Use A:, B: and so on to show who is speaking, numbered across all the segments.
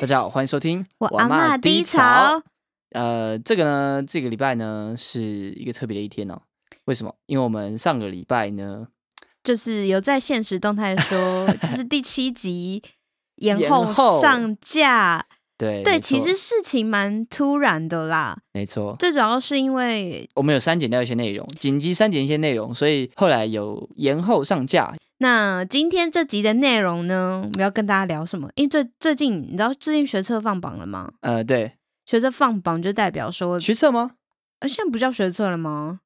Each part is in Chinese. A: 大家好，欢迎收听
B: 我
A: 嬷
B: 阿嬷低潮。
A: 呃，这个呢，这个礼拜呢是一个特别的一天哦。为什么？因为我们上个礼拜呢
B: 就是有在现实动态说，就是第七集延
A: 延后
B: 后上架。
A: 对
B: 对，
A: 没错
B: 其实事情蛮突然的啦，
A: 没错，
B: 最主要是因为
A: 我们有删减掉一些内容，紧急删减一些内容，所以后来有延后上架。
B: 那今天这集的内容呢，我们要跟大家聊什么？因为最最近你知道最近学测放榜了吗？
A: 呃，对，
B: 学测放榜就代表说，
A: 学测吗？
B: 呃，现在不叫学测了吗？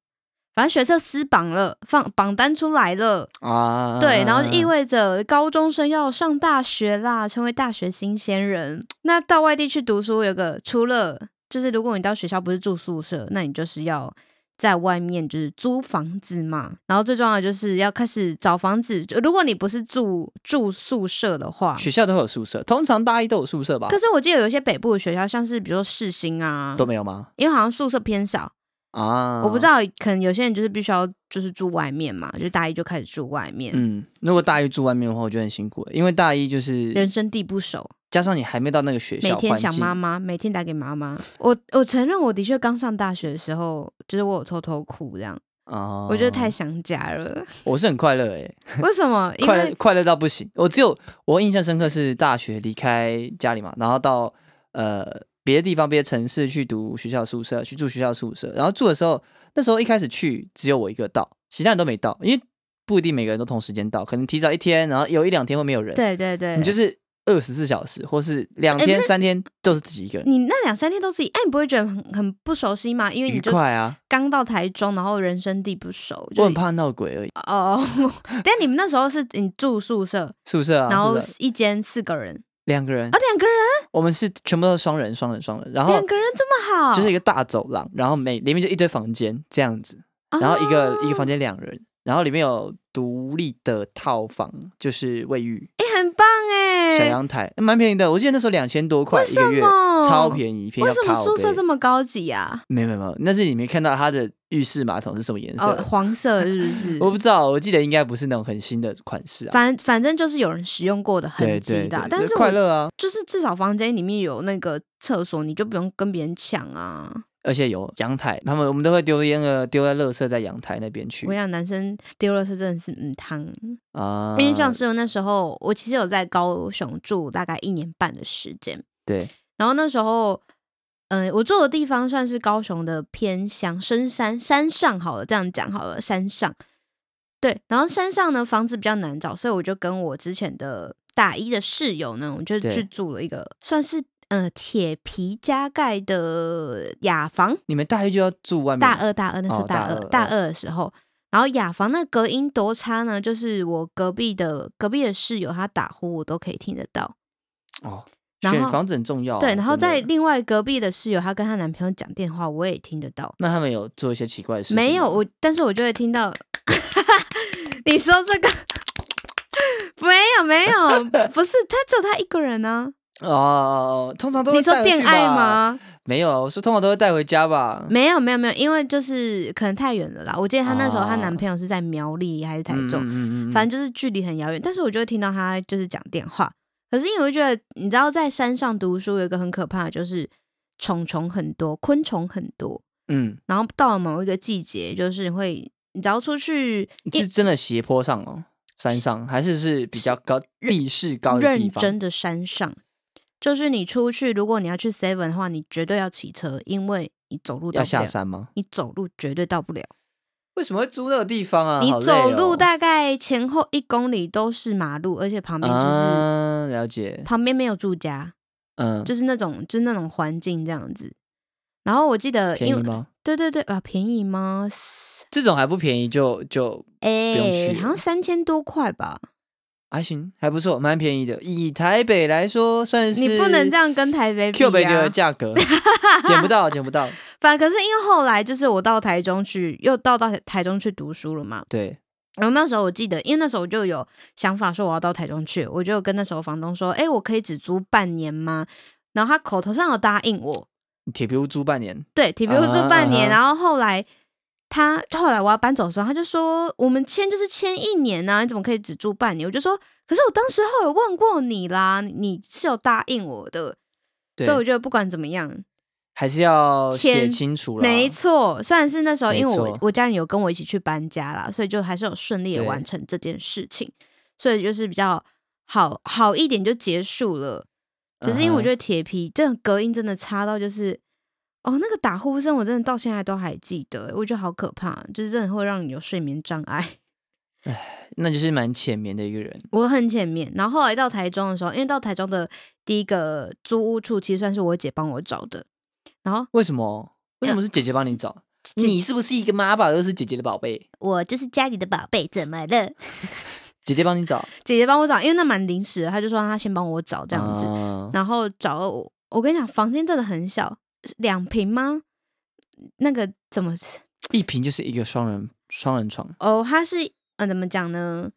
B: 反正学测撕榜了，放榜单出来了，
A: 啊，
B: 对，然后就意味着高中生要上大学啦，成为大学新鲜人。那到外地去读书，有个除了就是如果你到学校不是住宿舍，那你就是要在外面就是租房子嘛。然后最重要的就是要开始找房子。就如果你不是住住宿舍的话，
A: 啊学校都有宿舍，通常大一都有宿舍吧
B: 可？是我记得有一些北部的学校，像是比如说世新啊
A: 都，没有吗？
B: 因为好像宿舍偏少，
A: 啊，
B: 我不知。道，可能有些人就是必须要就是住外面嘛，就大一就开始住外面，
A: 嗯，如果大一住外面的话，我觉得很辛苦，因为大一就是
B: 人生地不熟。
A: 加上你还没到那个学
B: 每
A: 校
B: 天
A: 环
B: 想
A: 境，
B: 妈妈，每天打给妈妈。我我承认，我的确刚上大学的时候，就是我有偷偷哭这样，
A: 啊
B: 我觉得太想家 了。
A: 我是很快乐诶、
B: 为什么？因
A: 快乐
B: 为
A: 快乐到不行。我只有我印象深刻是大学离开家里嘛，然后到呃别的地方、别的城市去读学校宿舍，去住学校宿舍。然后住的时候，那时候一开始去只有我一个到，其他人都没到，因为不一定每个人都同时间到，可能提早一天，然后有一两天会没有人。，
B: 对对对，
A: 你就是二十四小时，或是两
B: 哎
A: 天、
B: 不是
A: 三天都是自己一个人，
B: 你那两三天都自己，哎，你不会觉得很很不熟悉吗？因为你
A: 愉
B: 就
A: 快啊！
B: 刚到台中，然后人生地不熟，就
A: 我很怕闹鬼而已，
B: 哦。 但你们那时候是你住宿舍，
A: 宿舍啊，
B: 然后
A: 宿舍
B: 一间四个人
A: 两个人
B: 啊，，两个人，
A: 我们是全部都是双人、双人、双人，然后
B: 两个人这么好，
A: 哦就是一个大走廊，然后每里面就一堆房间这样子，然后一个、一个
B: 哦，
A: 房间两人，然后里面有独立的套房，就是卫浴、
B: 哎，很棒哎，
A: 小阳台，蛮便宜的。我记得那时候两千多块一个月，
B: 么
A: 超便宜，便宜
B: 为
A: 到
B: 什么
A: 靠
B: 宿舍
A: 背
B: 这么高级啊呀？
A: 没有没有没有，那是你没看到它的浴室马桶是啊什么颜色
B: 哦，黄色是 不是？
A: 我不知道，我记得应该不是那种很新的款式啊。
B: 反反正就是有人使用过的痕
A: 对
B: 迹
A: 对
B: 的啊
A: 对，，
B: 但是我
A: 快乐啊，
B: 就是至少房间里面有那个厕所，你就不用跟别人抢啊。
A: 而且有阳台，他们我们都会丢烟个丢在垃圾在阳台那边去
B: 我想男生丢了是真的是嗯汤，
A: 啊，
B: 因为像是我那时候，我其实有在高雄住大概一年半的时间，
A: 对
B: 然后那时候。嗯，我住的地方算是高雄的偏乡，深山山上好了，这样讲好了，山上。对，然后山上呢房子比较难找，所以我就跟我之前的大一的室友呢，我们就
A: 对
B: 去住了一个算是呃铁皮加盖的雅房。
A: 你们大一就要住外面
B: 大
A: 吗
B: 二大二那时
A: 哦
B: 候
A: 大
B: 大二、
A: 二
B: 大
A: 哦
B: 二的时候，然后雅房那隔音多差呢，就是我隔壁的隔壁的室友他打呼我都可以听得到。
A: 哦，
B: 然
A: 选
B: 后
A: 房子很重要啊、
B: 对，然后
A: 真的
B: 在另外隔壁的室友，她跟她男朋友讲电话，我也听得到。
A: 那他们有做一些奇怪的事情吗
B: 没有我，但是我就会听到。 你说这个没有 没有，不是他只有他一个人呢、
A: 哦哦，哦通常都会
B: 你说
A: 带回去
B: 恋爱
A: 吧？
B: 吗？嗯
A: 没有啊，我说通常都会带回家吧。
B: 没有没有没有，因为就是可能太远了啦。我记得她那时候她
A: 哦
B: 男朋友是在苗栗还是台中，
A: 嗯
B: 反正就是距离很遥远，但是我就会听到他就是讲电话。可是因为我觉得，你知道，在山上读书有一个很可怕的，就是虫虫很多，昆虫很多。
A: 嗯，
B: 然后到了某一个季节，就是会，你只要出去
A: 嗯是真的斜坡上哦，山上还是是比较高地势高的地
B: 认
A: 方。
B: 真的山上，就是你出去，如果你要去 Seven 的话，你绝对要骑车，因为你走路到
A: 要
B: 不
A: 下
B: 了，
A: 山吗？
B: 你走路绝对到不了。
A: 为什么会租那个地方啊？
B: 你
A: 好累
B: 走路
A: 哦
B: 大概前后一公里都是马路，而且旁边就是、
A: 啊，了解。
B: 旁边没有住家。
A: 嗯，
B: 就是那种就是那种环境这样子。然后我记得，
A: 便宜
B: 因为
A: 吗？
B: 对对对啊，便宜吗？
A: 这种还不便宜就就用去
B: 哎、
A: 了
B: 好像三千多块吧。
A: 还行，还不错，蛮便宜的。以台北来说，算是
B: 你不能这样跟台北比
A: Q 北的
B: 啊。
A: 价 格捡不到，捡不到。
B: 反正可是因为后来就是我到台中去，又到到台中去读书了嘛。
A: 对，
B: 然后那时候我记得，因为那时候我就有想法说我要到台中去，我就跟那时候房东说：“哎、我可以只租半年吗？”然后他口头上有答应我，
A: 铁皮屋租半年，
B: 对，体皮屋住半
A: 啊哈啊哈
B: 年，然后后来他后来我要搬走的时候，他就说我们签就是签一年啊呐、你怎么可以只住半年？我就说，可是我当时候有问过你啦，你你是有答应我的，所
A: 对
B: 以，我觉得不管怎么样，
A: 还是要写
B: 签
A: 清楚了。
B: 没错，虽然是那时候
A: 没
B: 因为我
A: 错
B: 我家人有跟我一起去搬家啦，所以就还是有顺利的
A: 对
B: 完成这件事情，所以就是比较好好一点就结束了。
A: 嗯
B: 只是因为我觉得铁皮这个隔音真的差到就是，哦，那个打呼声我真的到现在都还记得，欸我觉得好可怕，就是真的会让你有睡眠障碍。
A: 那就是蛮浅眠的一个人。
B: 我很前面，然后后来到台中的时候，因为到台中的第一个租屋处其实算是我姐帮我找的，然后
A: 为什么？为什么是姐姐帮你 找？你是不是一个妈宝，又是姐姐的宝贝？
B: 我就是家里的宝贝，怎么了？
A: 姐姐帮你找
B: 姐姐帮我找，因为那蛮临时的，她就说她先帮我找这样子，
A: 子，
B: 然后找了我，我跟你讲，房间真的很小，两平吗？那个怎么
A: 一瓶就是一个双人双人床，
B: 哦，它是呃怎么讲呢？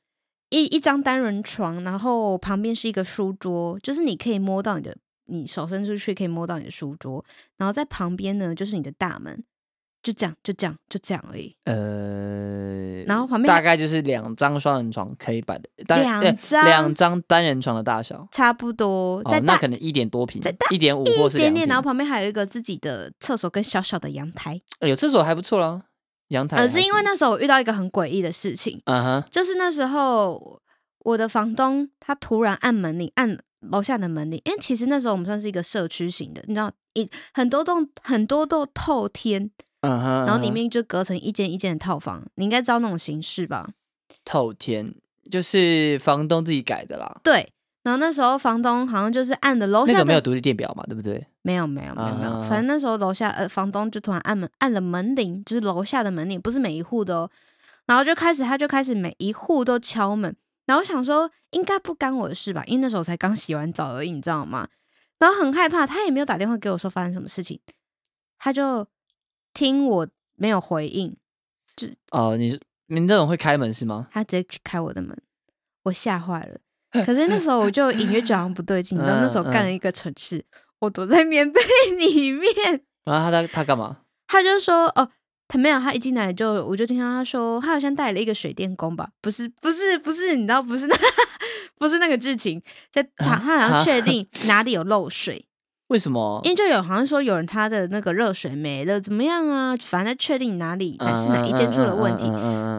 B: 一一张单人床，然后旁边是一个书桌，就是你可以摸到你的，你手伸出去可以摸到你的书桌，然后在旁边呢就是你的大门，就这样，就这样，就这样而已。
A: 呃，
B: 然后旁边
A: 大概就是两张双人床可以摆的，单
B: 两
A: 呃
B: 张
A: 两张单人床的大小。
B: 差不多
A: 哦
B: 在，
A: 那
B: 大、
A: 可能一点多平
B: 再大，
A: 一点五或
B: 一
A: 是
B: 点
A: 两
B: 点，
A: 平
B: 然后旁边还有一个自己的厕所跟小小的阳台。
A: 呃有厕所还不错啦，阳台还。
B: 呃，是因为那时候我遇到一个很诡异的事情，
A: 嗯哼，
B: 就是那时候我的房东他突然按门铃，按楼下的门铃，因为其实那时候我们算是一个社区型的，你知道，一很多栋很多栋透天，
A: 嗯哼，
B: 然后
A: 嗯
B: 里
A: 哼
B: 面就隔成一间一间的套房，你应该知道那种形式吧？
A: 透天就是房东自己改的啦，
B: 对。然后那时候房东好像就是按的楼
A: 那
B: 下
A: 个
B: 的
A: 没有独立电表嘛，对不对？
B: 没有没有没有没有，
A: 啊
B: 反正那时候楼下呃房东就突然按门按了门铃，就是楼下的门铃，不是每一户的哦。然后就开始他就开始每一户都敲门，然后我想说应该不干我的事吧，因为那时候我才刚洗完澡而已，你知道吗？然后很害怕，他也没有打电话给我说发生什么事情，他就听我没有回应，
A: 哦，你是你那种会开门是吗？
B: 他直接开我的门，我吓坏了。可是那时候我就隐约觉得好像不对劲，你知道那时候
A: 嗯嗯
B: 干了一个蠢事，我躲在棉被里面。
A: 然后他他他干嘛？
B: 他就说哦，他没有，他一进来就我就听到他说，他好像带了一个水电工吧，不是不是不是，你知道不是那不是那个剧情，在场他好像确定哪里有漏水，
A: 为什么？
B: 因为就有好像说有人他的那个热水没了，怎么样啊？反正在确定哪里
A: 嗯
B: 哪是
A: 啊
B: 哪一间出了问题。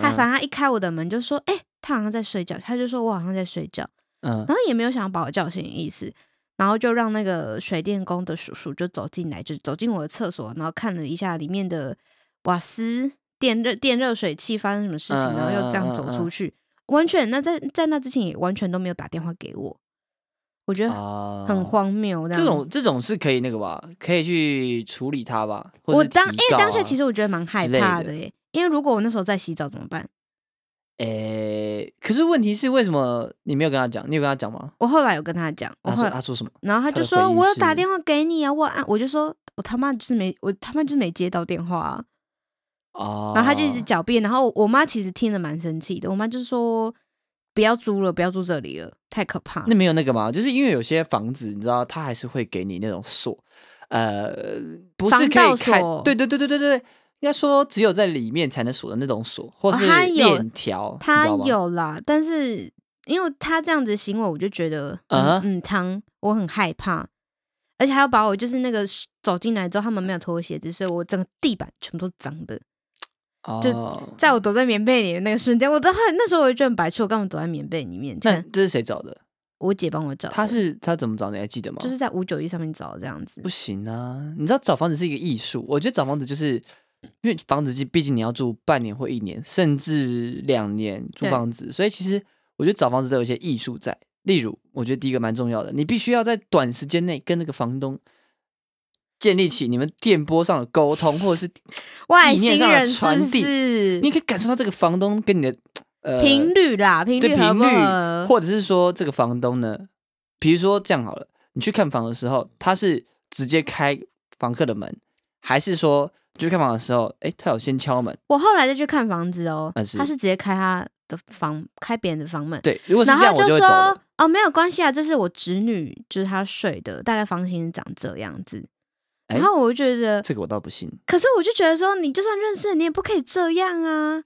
B: 他反正他一开我的门就说，哎、他好像在睡觉，他就说我好像在睡觉，
A: 嗯，
B: 然后也没有想要把我叫醒的意思，然后就让那个水电工的叔叔就走进来，就走进我的厕所，然后看了一下里面的瓦斯电热电热水器发生什么事情，
A: 嗯嗯
B: 然后又这样走出去，完全那在在那之前也完全都没有打电话给我，我觉得
A: 啊
B: 很荒谬。
A: 这种这种是可以那个吧，可以去处理他吧。或
B: 我
A: 是
B: 当
A: 提
B: 因为
A: 告
B: 当下
A: 啊
B: 其实我觉得蛮害
A: 之类
B: 怕
A: 的
B: 的耶，因为如果我那时候在洗澡怎么办？
A: 诶，可是问题是为什么你没有跟他讲？你有跟他讲吗？
B: 我后来有跟他讲，我
A: 他
B: 后
A: 说
B: 来
A: 他说什么？
B: 然后他
A: 他
B: 就
A: 的
B: 说
A: 回应
B: 我有打
A: 是
B: 电话给你啊，我按我就说我他妈就是没我他妈就是没接到电话啊。
A: 哦，
B: 然后他就一直狡辩，然后我妈其实听得蛮生气的，我妈就说不要租了，不要住这里了，太可怕了
A: 那。没有那个嘛，就是因为有些房子，你知道，它还是会给你那种锁，呃，不是
B: 防
A: 可以
B: 盗
A: 开
B: 锁，
A: 对对对对对对，应该说只有在里面才能锁的那种锁，或
B: 哦
A: 是
B: 它有
A: 链条，你
B: 她
A: 知道吗，
B: 有啦，但是因为她这样子行为，我就觉得
A: 啊
B: 嗯嗯汤，我很害怕，而且还要把我就是那个走进来之后，他们没有脱鞋子，所以我整个地板全部都是脏的。就
A: 哦，
B: 在我躲在棉被里的那个瞬间，我都很那时候我就觉得很白痴，我干嘛躲在棉被里面？
A: 那
B: 看
A: 这是谁找的？
B: 我姐帮我找的，
A: 他是他怎么找的？你还记得吗？
B: 就是在五九一上面找的这样子
A: 不。行啊！你知道找房子是一个艺术，我觉得找房子就是因为房子毕毕竟你要住半年或一年，甚至两年租
B: 对
A: 房子，所以其实我觉得找房子都有一些艺术在。例如，我觉得第一个蛮重要的，你必须要在短时间内跟那个房东建立起你们电波上的沟通，或者是
B: 外
A: 意念
B: 星
A: 上的
B: 人是
A: 传
B: 不
A: 递
B: 是？
A: 你可以感受到这个房东跟你的呃
B: 频率啦，频
A: 对
B: 率
A: 频
B: 合不
A: 率，
B: 合？
A: 或者是说这个房东呢，比如说这样好了，你去看房的时候，他是直接开房客的门，还是说你去看房的时候，哎，他有先敲门？
B: 我后来再去看房子哦，
A: 啊是
B: 他是直接开他的房，开别人的房门，
A: 对，如果是
B: 然
A: 这
B: 后
A: 样，我
B: 就
A: 会走
B: 说
A: 了。
B: 哦，没有关系啊，这是我侄女，就是她睡的，大概房型长这样子。
A: 哎
B: 然后我就觉得，
A: 这个我倒不信。
B: 可是我就觉得说，你就算认识了，你也不可以这样啊。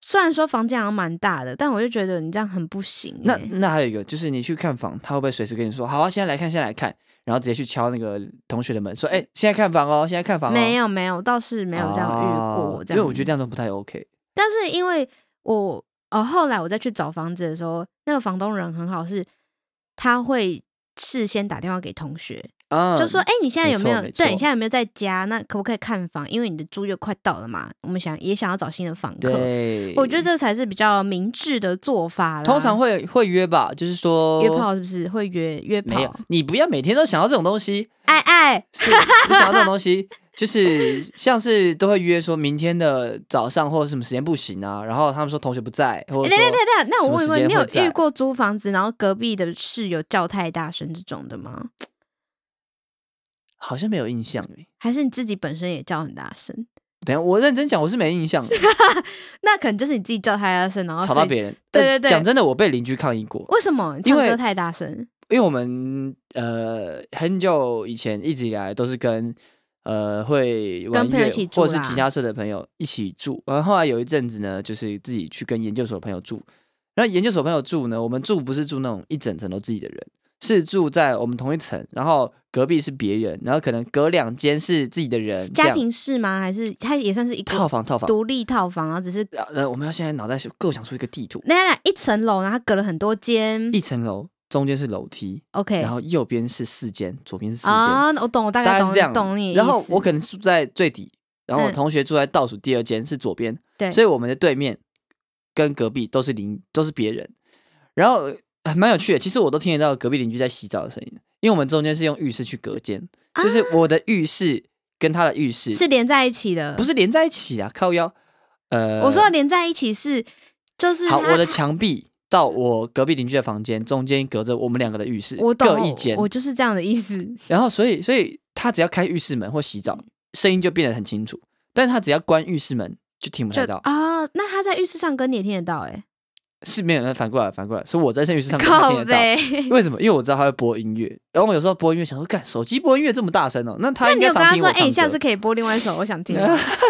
B: 虽然说房间好像蛮大的，但我就觉得你这样很不行、欸。
A: 那那还有一个就是你去看房，他会不会随时跟你说，好啊，现在来看，现在来看，然后直接去敲那个同学的门，说：“哎、现在看房哦，现在看房哦。”
B: 没
A: 有，
B: 有没有，倒是没有这样遇过。这
A: 因
B: 样
A: 为我觉得这样都不太 OK。
B: 但是因为我哦，后来我再去找房子的时候，那个房东人很好是，他会事先打电话给同学，
A: 啊，
B: 就说：“哎、你现在
A: 没
B: 有没
A: 错
B: 有？
A: 没错
B: 对你现在有没有在家？那可不可以看房？因为你的租约快到了嘛，我们想也想要找新的房客。
A: 对，
B: 我觉得这才是比较明智的做法啦。
A: 通常会会约吧，就是说
B: 约炮是不是会约约
A: 没有
B: 炮？，哎
A: 你不要每天都想要这种东西，
B: 爱爱
A: 是你想要这种东 西，就是像是都会约说明天的早上或者什么时间不行啊，然后他们说同学不在，或
B: 哎
A: 者说
B: 等等等等，那我
A: 什么
B: 问一
A: 时
B: 问，
A: 间
B: 你有
A: 会在
B: 遇过租房子，然后隔壁的室友叫太大声这种的吗？
A: 好像没有印象诶。
B: 还是你自己本身也叫很大声？
A: 等一下我认真讲，我是没印 象的
B: 那可能就是你自己叫太大声，然后
A: 吵到
B: 哦所以
A: 别人。
B: 对
A: 但
B: 对对
A: 讲真的，我被邻居抗议过，
B: 为什么
A: 因
B: 唱
A: 为
B: 歌太大声？
A: 因为我们呃很久以前一直以来都是跟呃会玩
B: 跟朋友
A: 乐
B: 一起住
A: 或
B: 啦
A: 者是吉他社的朋友一起住，然后后来有一阵子呢，就是自己去跟研究所的朋友住。然后研究所朋友住呢，我们住不是住那种一整层都自己的人，是住在我们同一层，然后隔壁是别人，然后可能隔两间是自己的人，呃这
B: 家
A: 样
B: 庭式吗？还是它也算是一
A: 套
B: 个
A: 房套房。
B: 独立套房？然后只是
A: 呃呃，我们要现在脑袋构想出一个地图，
B: 那那一层楼，然后它隔了很多间
A: 一。层楼中间是楼梯，
B: OK，
A: 然后右边是四间，左边是四间，
B: 啊，我懂，我大
A: 大概
B: 概
A: 是
B: 懂，
A: 这样。
B: 懂你的意思。
A: 然后我可能住在最底，然后我
B: 嗯
A: 同学住在倒数第二间是左边，
B: 对
A: 所以我们的对面跟隔壁都是邻，都是别人。然后还蛮有趣的，其实我都听得到隔壁邻居在洗澡的声音，因为我们中间是用浴室去隔间，就是我的浴室跟他的浴室
B: 啊是连在一起的，
A: 不
B: 是？
A: 是连在一起啊？靠腰，呃，
B: 我说的连在一起是就是
A: 好，
B: 它
A: 我的墙壁到我隔壁邻居的房间中间隔着我们两个的浴室，
B: 我
A: 各
B: 懂
A: 一间
B: 我，我就是这样的意思。
A: 然后所以所以他只要开浴室门或洗澡，声音就变得很清楚，但是他只要关浴室门就听不
B: 就
A: 太到，
B: 啊，那他在浴室上歌你也听得到哎、
A: 是没有那反过来反过来，所以我在浴室上面他听得
B: 靠
A: 到。
B: 背。
A: 为什么？因为我知道他会播音乐，然后我有时候播音乐，想说，干手机播音乐这么大声哦，那他
B: 那
A: 应
B: 你
A: 该
B: 有跟
A: 常
B: 他
A: 听
B: 说，
A: 我
B: 哎、
A: 唱
B: 你下次
A: 歌。
B: 可以播另外一首，我想听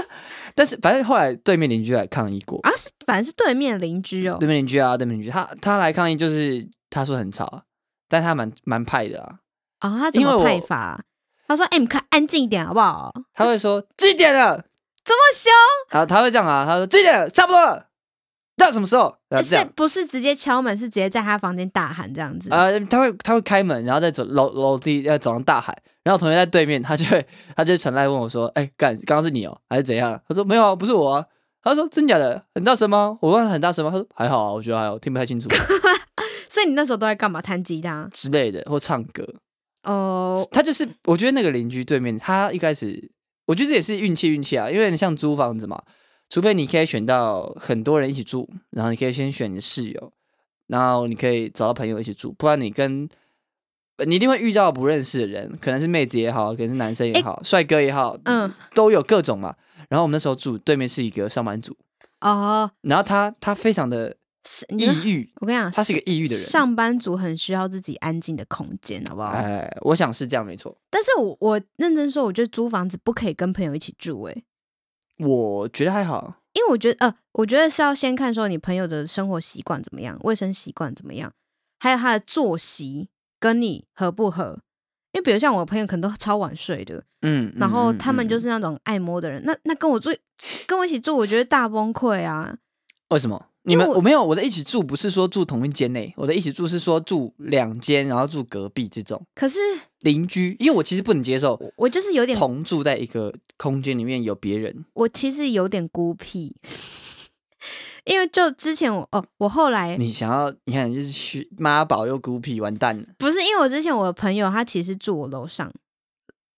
A: 但是反正后来对面邻居来抗议过，
B: 啊，是反正是对面邻居哦
A: 对。面邻居啊，对面邻居，他他来抗议就是他说很吵啊，但他蛮蛮派的啊，
B: 啊、他怎
A: 因为
B: 么
A: 我
B: 派法啊？他说：“哎、你看，安静一点好不好？
A: 他会说几点了，
B: 这么凶，
A: 然后他会这样啊，他说几点了，差不多了，到什么时候？然后这
B: 呃是
A: 样。
B: 不是直接敲门？是直接在他房间大喊这样子？
A: 呃，他会他会开门，然后再走楼楼梯呃走上大海，然后同学在对面，他就会他就会传来问我说，哎、干，刚刚是你哦、还是怎样？他说没有啊，不是我啊。他说真假的，很大声吗？我问他很大声吗？他说还好啊，我觉得还好，听不太清楚
B: 所以你那时候都在干嘛？弹吉他？
A: 之类的，或唱歌。
B: 哦，
A: 他就是我觉得那个邻居对面，他一开始我觉得这也是运气运气啊，因为你像租房子嘛，除非你可以选到很多人一起住，然后你可以先选你的室友，然后你可以找到朋友一起住，不然你跟呃你一定会遇到不认识的人，可能是妹子也好，可能是男生也好，帅哥也好，
B: 嗯，
A: 都有各种嘛。然后我们那时候住对面是一个上班族，
B: 哦，
A: 然后他他非常的
B: 是，你知道
A: 抑郁，
B: 我跟你
A: 嗯
B: 讲，
A: 他是一个抑郁的人。
B: 嗯啊上班族很需要自己安静的空间，好不好？
A: 哎，我想是这样没错。
B: 但是我我认真说，我觉得租房子不可以跟朋友一起住、欸，
A: 我觉得还好，
B: 因为我觉得呃，我觉得是要先看说你朋友的生活习惯怎么样，卫生习惯怎么样，还有他的作息跟你合不合。因为比如像我朋友可能都超晚睡的，
A: 嗯，
B: 然后
A: 嗯
B: 他们
A: 嗯
B: 就是那种爱摸的人，那那跟我住跟我一起住，我觉得大崩溃啊！
A: 为什么？
B: 因
A: 你
B: 为
A: 们
B: 我
A: 我没有我的一起住不是说住同一间内，我的一起住是说住两间，然后住隔壁这种
B: 可是
A: 邻居，因为我其实不能接受
B: 我我就是有点，
A: 同住在一个空间里面有别人。
B: 我其实有点孤僻， 因为就之前我哦，我后来
A: 你想要你看就是去妈宝又孤僻，完蛋了。
B: 不是因为我之前我的朋友他其实住我楼上，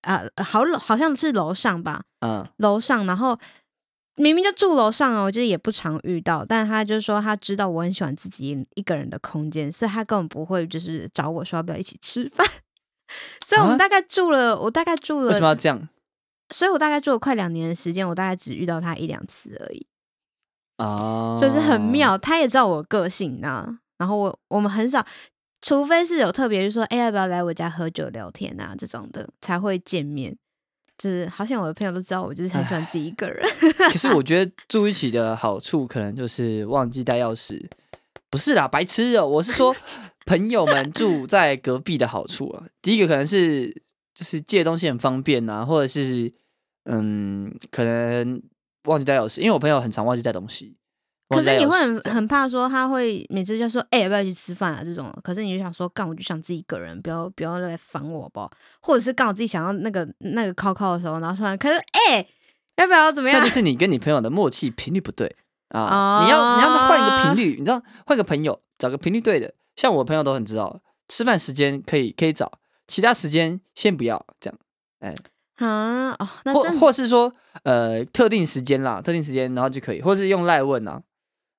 B: 啊、好好像是楼上吧，
A: 嗯，
B: 楼上，然后明明就住楼上哦，就是也不常遇到，但他就说他知道我很喜欢自己一个人的空间，所以他根本不会就是找我说要不要一起吃饭。 所以我们
A: 啊
B: 大概住了，我大概住
A: 为什么要
B: 了，
A: 这样
B: 所以我大概住了快两年的时间，我大概只遇到他一两次而已，
A: 啊？
B: 就是很。妙。他也知道我个性呐、然后我我们很少。除非是有特别，就说哎、要不要来我家喝酒聊天啊这种的，才会见面。就是好像我的朋友都知道，我就是很喜欢自己一个人。
A: 可是我觉得住一起的好处可能就是忘记带钥匙，不是啦，白痴哦、我是说朋友们住在隔壁的好处啊。第一个可能是就是借东西很方便啊，或者是嗯，可能忘记带钥匙，因为我朋友很常忘记带东西。
B: 可是你会
A: 忘记带钥匙这
B: 很
A: 样
B: 很怕说他会每次就说哎、要不要去吃饭啊这种，可是你就想说干我就想自己一个人，不要不要来烦我好不好？或者是干我自己想要那个那个靠靠的时候，然后突然可是哎、要不要怎么样
A: 那就？是你跟你朋友的默契频率不对啊！
B: 哦
A: 你要你让他换一个频率，你知道换个朋友，找个频率对的。像我朋友都很知道，吃饭时间可以可以找，其他时间先不要这样，
B: 啊哦，那
A: 或
B: 真的
A: 或是说呃特定时间啦，特定时间然后就可以，或是用赖问啊，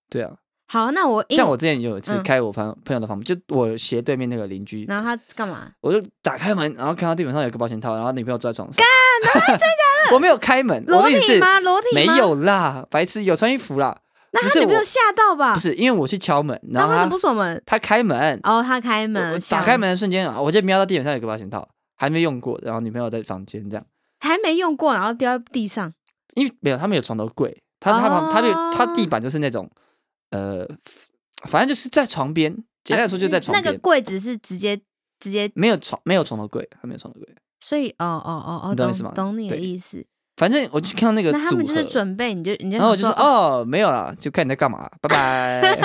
A: 对啊。
B: 好，那我因
A: 像我之前有一次
B: 嗯
A: 开我朋朋友的房门，就我斜对面那个邻居，
B: 然后他干嘛？
A: 我就打开门，然后看到地板上有个保险套，然后女朋友坐在床上，真 假的？我没有开门，我
B: 裸
A: 的意思
B: 体
A: 是
B: 吗？裸体
A: 没
B: 吗？
A: 有啦，白痴有穿衣服啦。
B: 那
A: 只
B: 他
A: 是
B: 女朋
A: 我
B: 友吓到吧？
A: 不，是，因为我去敲门，然
B: 那
A: 后
B: 为什么
A: 他
B: 不锁门？
A: 他开门，
B: 哦，他开
A: 我
B: 门
A: 我，
B: 吓
A: 打开门的瞬间啊，我就瞄到地板上有个保险套，还没用过，然后女朋友在房间这样，
B: 还没用过，然后掉在地上。
A: 因为没有他们有床头柜，他他旁他的
B: 哦
A: 他地板就是那种呃，反正就是在床边，简单来说就在床
B: 啊嗯那个
A: 边，
B: 柜子是直接直接，
A: 没有床没有床头柜，他没有床头柜，
B: 所以哦哦哦哦，
A: 你懂我
B: 懂
A: 意思吗
B: 懂你的
A: 对
B: 意思。
A: 反正我就看到那个
B: 那他
A: 组
B: 们就是
A: 合，
B: 准备，你就你就
A: 然后我就
B: 想
A: 说
B: 说，
A: 哦哎没有啦，就看你在干嘛，拜 拜，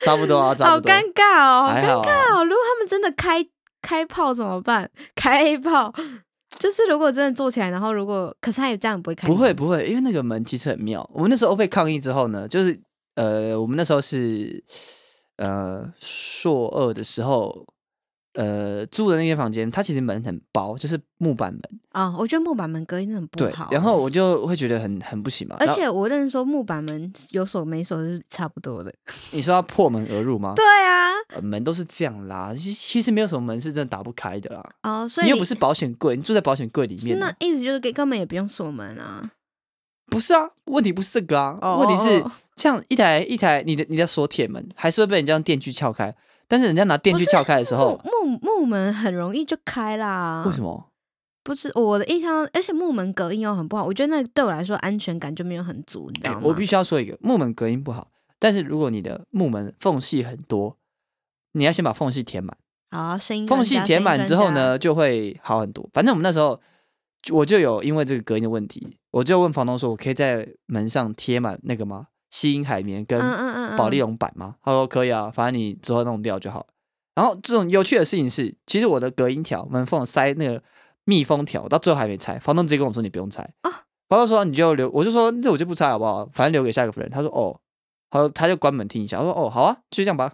A: 差不多啊，差
B: 好
A: 不多，
B: 尴尬哦，好
A: 还
B: 尴
A: 好啊。
B: 尬哦。如果他们真的开开炮怎么办？ 开炮就是如果真的坐起来，然后如果可是他也这样也不会开，
A: 不会不会，因为那个门其实很妙。我们那时候被抗议之后呢，就是呃，我们那时候是呃硕二的时候，呃住的那间房间，它其实门很薄，就是木板门。
B: 啊、我觉得木板门隔音真的很不
A: 对
B: 好，。欸哎
A: 然后我就会觉得很很不行嘛。
B: 而
A: 然后
B: 且我认识说木板门有锁没锁是差不多的。
A: 你说要破门而入吗？
B: 对啊，
A: 呃门都是这样啦，其其实没有什么门是真的打不开的啦。
B: 哦，所以
A: 你又不是保险柜，你住在保险柜里面
B: 那
A: 啊，
B: 意思就是给根本也不用锁门啊。
A: 不是啊？问题不是这个啊，
B: 哦
A: 问题是
B: 哦哦
A: 这样一台一台，你的你的锁铁门还是会被人家用电锯撬开，但是人家拿电锯撬开的时候
B: 木，木木门很容易就开啦。
A: 为什
B: 么？
A: 么？
B: 不是我的印象，而且木门隔音又很不好，我觉得那对我来说安全感就没有很足，你知
A: 哎、
B: 道吗？
A: 我必须要说一个，木门隔音不好，但是如果你的木门缝隙很多，你要先把缝隙填满，
B: 好声音专
A: 缝
B: 家
A: 隙填满之后？
B: 声音专家
A: 呢，就会好很多。反正我们那时候就我就有因为这个隔音的问题，我就问房东说，我可以在门上贴满那个吗？吸音海绵跟
B: 嗯嗯嗯嗯，
A: 保利龙板吗？他说可以啊，反正你之后弄掉就好了。然后这种有趣的事情是，其实我的隔音条门缝塞那个密封条，我到最后还没拆，房东直接跟我说你不用拆。
B: 哦
A: 房东说你就留，我就说这我就不拆好不好？反正留给下一个人。他说哦，他说他就关门听一下，我说哦好啊，就这样吧。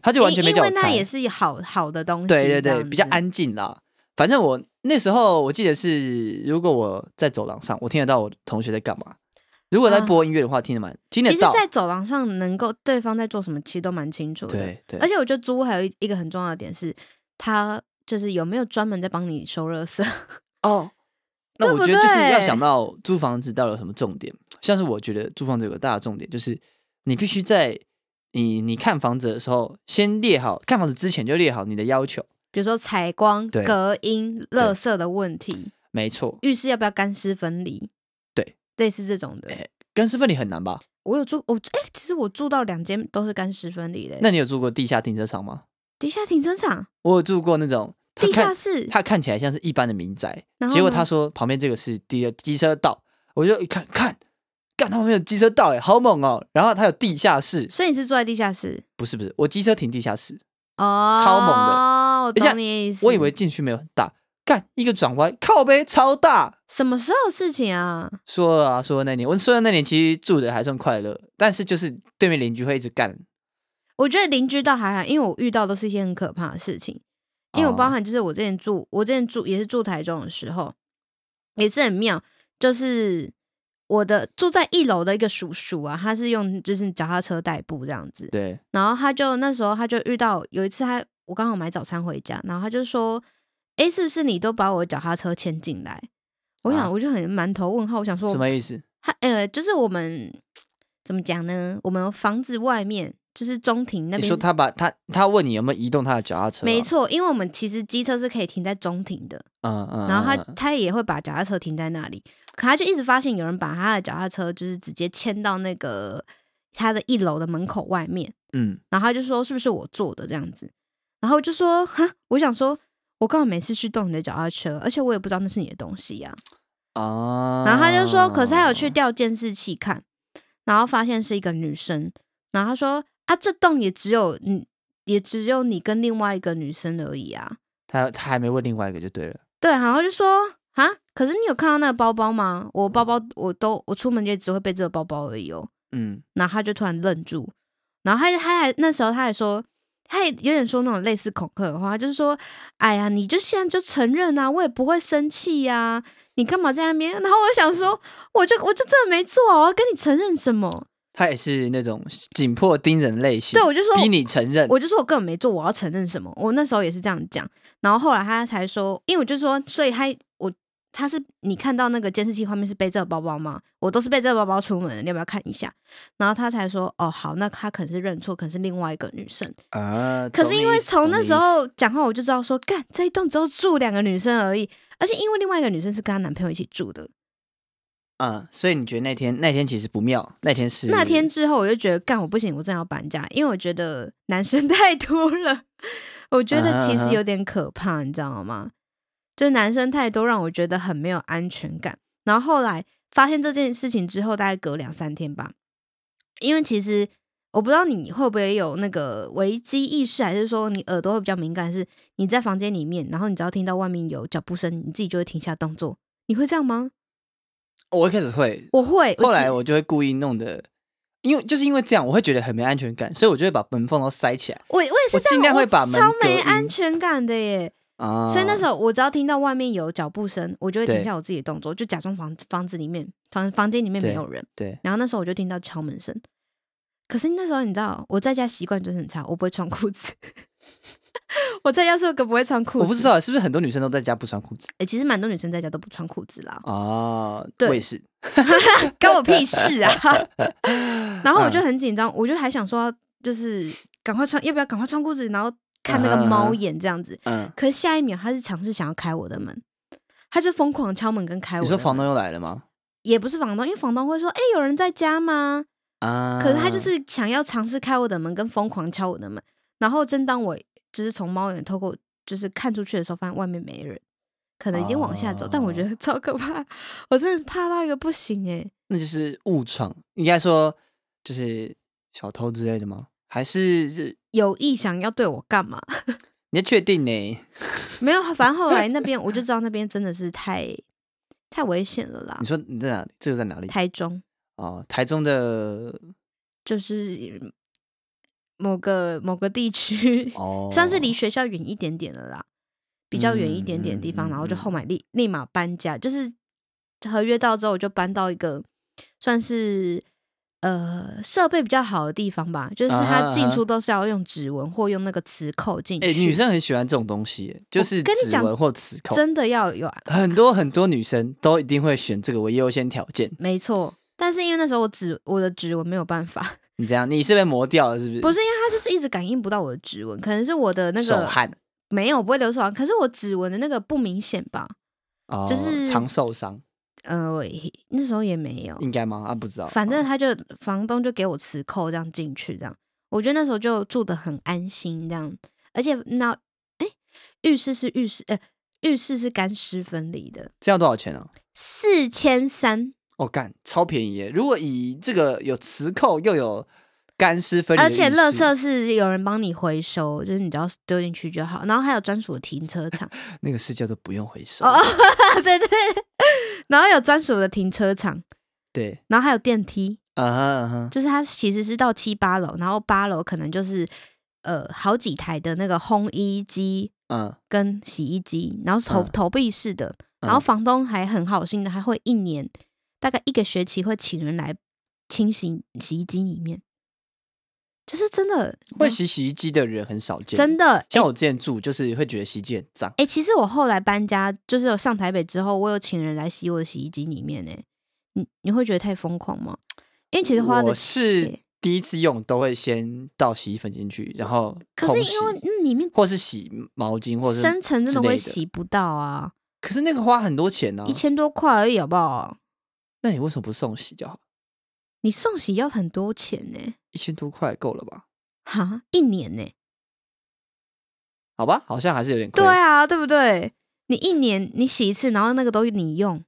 A: 他就完全没
B: 因
A: 叫
B: 因为
A: 我
B: 那
A: 拆，
B: 也是好好的东西，
A: 对对
B: 这样
A: 对，
B: 子
A: 比较。安静啦。反正我那时候我记得是，如果我在走廊上，我听得到我同学在干嘛。如果在
B: 啊
A: 播音乐的话，听得蛮听得
B: 其实
A: 到，。
B: 在走廊上能够对方在做什么，其实都蛮清楚的。
A: 对对
B: 而，且我觉得租屋还有一一个很重要的点是，他就是有没有专门在帮你收垃圾。
A: 哦，那
B: 对
A: 我
B: 不
A: 觉得就是要
B: 对
A: 想到租房子到底有什么重点，像是我觉得租房子有个大的重点就是你必须在你你看房子的时候，先列好看房子之前就列好你的要求，
B: 比如说采光、
A: 对
B: 隔音、垃圾的问题，
A: 没错，
B: 浴室要不要干湿分离？
A: 对，
B: 类似这种的。
A: 干湿分离很难吧？
B: 我有住，我哎、其实我住到两间都是干湿分离的。
A: 那你有住过地下停车场吗？
B: 地下停车场、
A: 我有住过那种，它
B: 地下
A: 看
B: 室，
A: 它看起来像是一般的民宅，
B: 然后
A: 结果
B: 呢
A: 他说旁边这个是第二机车道，我就一看看。干，他旁边有机车道哎，好猛哦！然后它有地下室，
B: 所以你是住在地下室
A: 不是不是，我机车停地下室，
B: 哦，
A: 超猛的
B: 的。哦我
A: 而且
B: 懂你的意思。
A: 我以为进去没有很大，干一个转弯，靠背超大。
B: 什么时候的事情啊？
A: 说啊说那年，我说那年其实住的还算快乐，但是就是对面邻居会一直干，
B: 我觉得邻居倒还好，因为我遇到都是一些很可怕的事情。因为
A: 哦
B: 我包含就是我之前住，我之前住也是住台中的时候，也是很妙，就是我的住在一楼的一个叔叔啊，他是用就是脚踏车代步这样子，
A: 对，
B: 然后他就那时候他就遇到有一次他我刚好买早餐回家，然后他就说：“诶，是不是你都把我脚踏车牵进来？”我
A: 啊
B: 想我就很满头问号，我想说
A: 什么意思？
B: 他呃，就是我们怎么讲呢？我们房子外面就是中庭那
A: 你
B: 边
A: 说
B: 是，
A: 他把他他问你有没有移动他的脚踏车、
B: 没，错，因为我们骑车机车是可以停在中庭的，
A: 嗯嗯，
B: 然后他
A: 嗯嗯
B: 他也会把脚踏车停在那里，可他就一直发现有人把他的脚踏车就是直接牵到那个他的一楼的门口外面，
A: 嗯，
B: 然后他就说是不是我做的这样子，然后我就说哈，我想说，我刚好每次去动你的脚踏车，而且我也不知道那是你的东西呀、
A: 哦，
B: 然后他就说，可是他有去调监视器看，然后发现是一个女生，然后他说啊，这栋也只有你，也只有你跟另外一个女生而已啊。
A: 他他还没问另外一个就对了，
B: 对，然后就说啊，可是你有看到那个包包吗？我包包我都我出门也只会背这个包包而已哦。
A: 嗯，
B: 然后他就突然愣住，然后他他还那时候他还说，他也有点说那种类似恐吓的话，他就是说，哎呀，你就现在就承认啊，我也不会生气呀、你干嘛在那边？然后我想说，我就我就真的没做啊，我要跟你承认什么？
A: 他也是那种紧迫盯人类型，
B: 对，我就说，
A: 逼你承认，
B: 我就说我根本没做，我要承认什么？我那时候也是这样讲，然后后来他才说，因为我就说，所以他我他是你看到那个监视器画面是背这个包包吗？我都是背这个包包出门的，你要不要看一下？然后他才说，哦，好，那他可能是认错，可能是另外一个女生。
A: 啊，
B: 可是因为从那时候
A: 懂
B: 讲话，我就知道说，干这一栋只有住两个女生而已，而且因为另外一个女生是跟她男朋友一起住的，
A: 你意思，嗯，所以你觉得那天那天其实不妙，那天是
B: 那天之后，我就觉得干我不行，我真的要搬家，因为我觉得男生 太多了，我觉得其
A: 啊
B: 实
A: 哈
B: 有点可怕，你知道吗？就是男生太多，让我觉得很没有安全感。然后后来发现这件事情之后，大概隔两三天吧，因为其实我不知道你会不会有那个危机意识，还是说你耳朵会比较敏感，是你在房间里面，然后你只要听到外面有脚步声，你自己就会停下动作。你会这样吗？
A: 我一开始会，
B: 我会。
A: 后
B: 其
A: 来我就会故意弄的，因为就是因为这样，我会觉得很没安全感，所以我就会把门缝都塞起来
B: 我我也是
A: 我
B: 这样，
A: 尽量会把
B: 我
A: 门
B: 超
A: 隔
B: 没
A: 音
B: 安全感的耶。
A: 啊，
B: 所以那时候我只要听到外面有脚步声，我就会停
A: 对
B: 下我自己的动作，就假装房房子里面房房间里面没
A: 对
B: 有人。
A: 对，
B: 然后那时候我就听到敲门声，可是那时候你知道我在家习惯就是很差，我不会穿裤子。 我在家是个不会穿裤子，
A: 我不知道是不是很多女生都在家不穿裤子
B: 诶其实蛮多女生在家都不穿裤子啦，
A: 啊，
B: 对
A: 我也是，
B: 关我屁 事啊！然后我就
A: 嗯
B: 很紧张，我就还想说，就是赶快穿，要不要赶快穿裤子，然后看那
A: 嗯
B: 个
A: 哼
B: 猫
A: 嗯
B: 眼这样子。
A: 嗯，
B: 可是下一秒，他是尝试想要开我的门，他就疯狂敲门跟开我
A: 你
B: 的
A: 说
B: 门。
A: 房东又来了吗？
B: 也不是房东，因为房东会说：“哎、有人在家吗？”
A: 啊，
B: 可是他就是想要尝试开我的门，跟疯狂敲我的门。然后正当我就是从猫眼透过就是看出去的时候，发现外面没人，可能已经往
A: 哦
B: 下走，但我觉得超可怕，我真的怕到一个不行哎、
A: 那就是误闯，应该说就是小偷之类的吗？还是是
B: 有意想要对我干嘛？
A: 你要确定呢？
B: 没有，反正后来那边我就知道那边真的是太太危险了啦
A: 你。说你在哪里？这个在哪里？
B: 台中
A: 哦，台中的
B: 就是某个某个地区，
A: 哦，
B: 算是离学校远一点点了啦，比较远一点点的地方，
A: 嗯嗯
B: 然后就
A: 嗯
B: 后买立立马搬家，就是合约到之后我就搬到一个算是呃设备比较好的地方吧，就是
A: 啊哈啊
B: 它
A: 哈
B: 进出都是要用指纹或用那个磁扣进去。
A: 哎、女生很喜欢这种东西耶，就
B: 我
A: 是
B: 跟你
A: 指
B: 讲
A: 纹或磁扣，
B: 真的要有，啊
A: 很多很多女生都一定会选这个为优先条件。
B: 没错。但是因为那时候我指我的指纹没有办法，
A: 你这样，你是被磨掉了是不是？
B: 不是因为它就是一直感应不到我的指纹，可能是我的那
A: 手
B: 个
A: 汗，
B: 没有不会留手汗，可是我指纹的那个不明显吧？
A: 哦，
B: 就是
A: 常受伤，
B: 呃，我也那时候也没有，
A: 应该吗？啊，不知道，
B: 反
A: 哦
B: 正他就房东就给我磁扣这样进去，这样我觉得那时候就住的很安心，这样，而且那哎、浴室是浴室，呃，浴室是干湿分离的，
A: 这样多少钱啊？
B: 四千三，
A: 哦，干，超便宜耶！如果以这个有磁扣又有干湿分离的
B: 而
A: 浴室，
B: 且垃圾是有人帮你回收，就是你只要丢进去就好，然后还有专属的停 车场，
A: 那个是叫做不用回收。
B: 哦，对对，对 然后有专属的停车场，
A: 对，
B: 然后还有电梯，
A: 啊哈啊哈，
B: 就是它其实是到七八楼，然后八楼可能就是呃好几台的那个烘衣机。
A: 嗯，
B: 跟洗衣机，然后是投、
A: 嗯
B: 投币式的，然
A: 嗯
B: 后房东还很好心的，还会一年大概一个学期会请人来清洗洗衣机里面，就是真的
A: 会洗洗衣机的人很少见，
B: 真的
A: 像我之前住，就是会觉得洗衣机很脏。
B: 哎、欸其实我后来搬家，就是有上台北之后，我有请人来洗我的洗衣机里面呢、你你会觉得太疯狂吗？因为其实花的
A: 我是
B: 钱
A: 第一次用都会先倒洗衣粉进去，然后
B: 可是
A: 空洗
B: 因为那里面
A: 或是洗毛巾，或者是
B: 深层真
A: 之类
B: 的会
A: 的啊
B: 洗不到啊，
A: 可是那个花很多钱呢、
B: 一千多块而已，好不好？
A: 那你为什么不送洗就好？
B: 你送洗要很多钱呢、
A: 一千多块够了吧？
B: 哈，一年呢、
A: 好吧，好像还是有点亏。
B: 对啊，对不对？你一年你洗一次，然后那个都你用，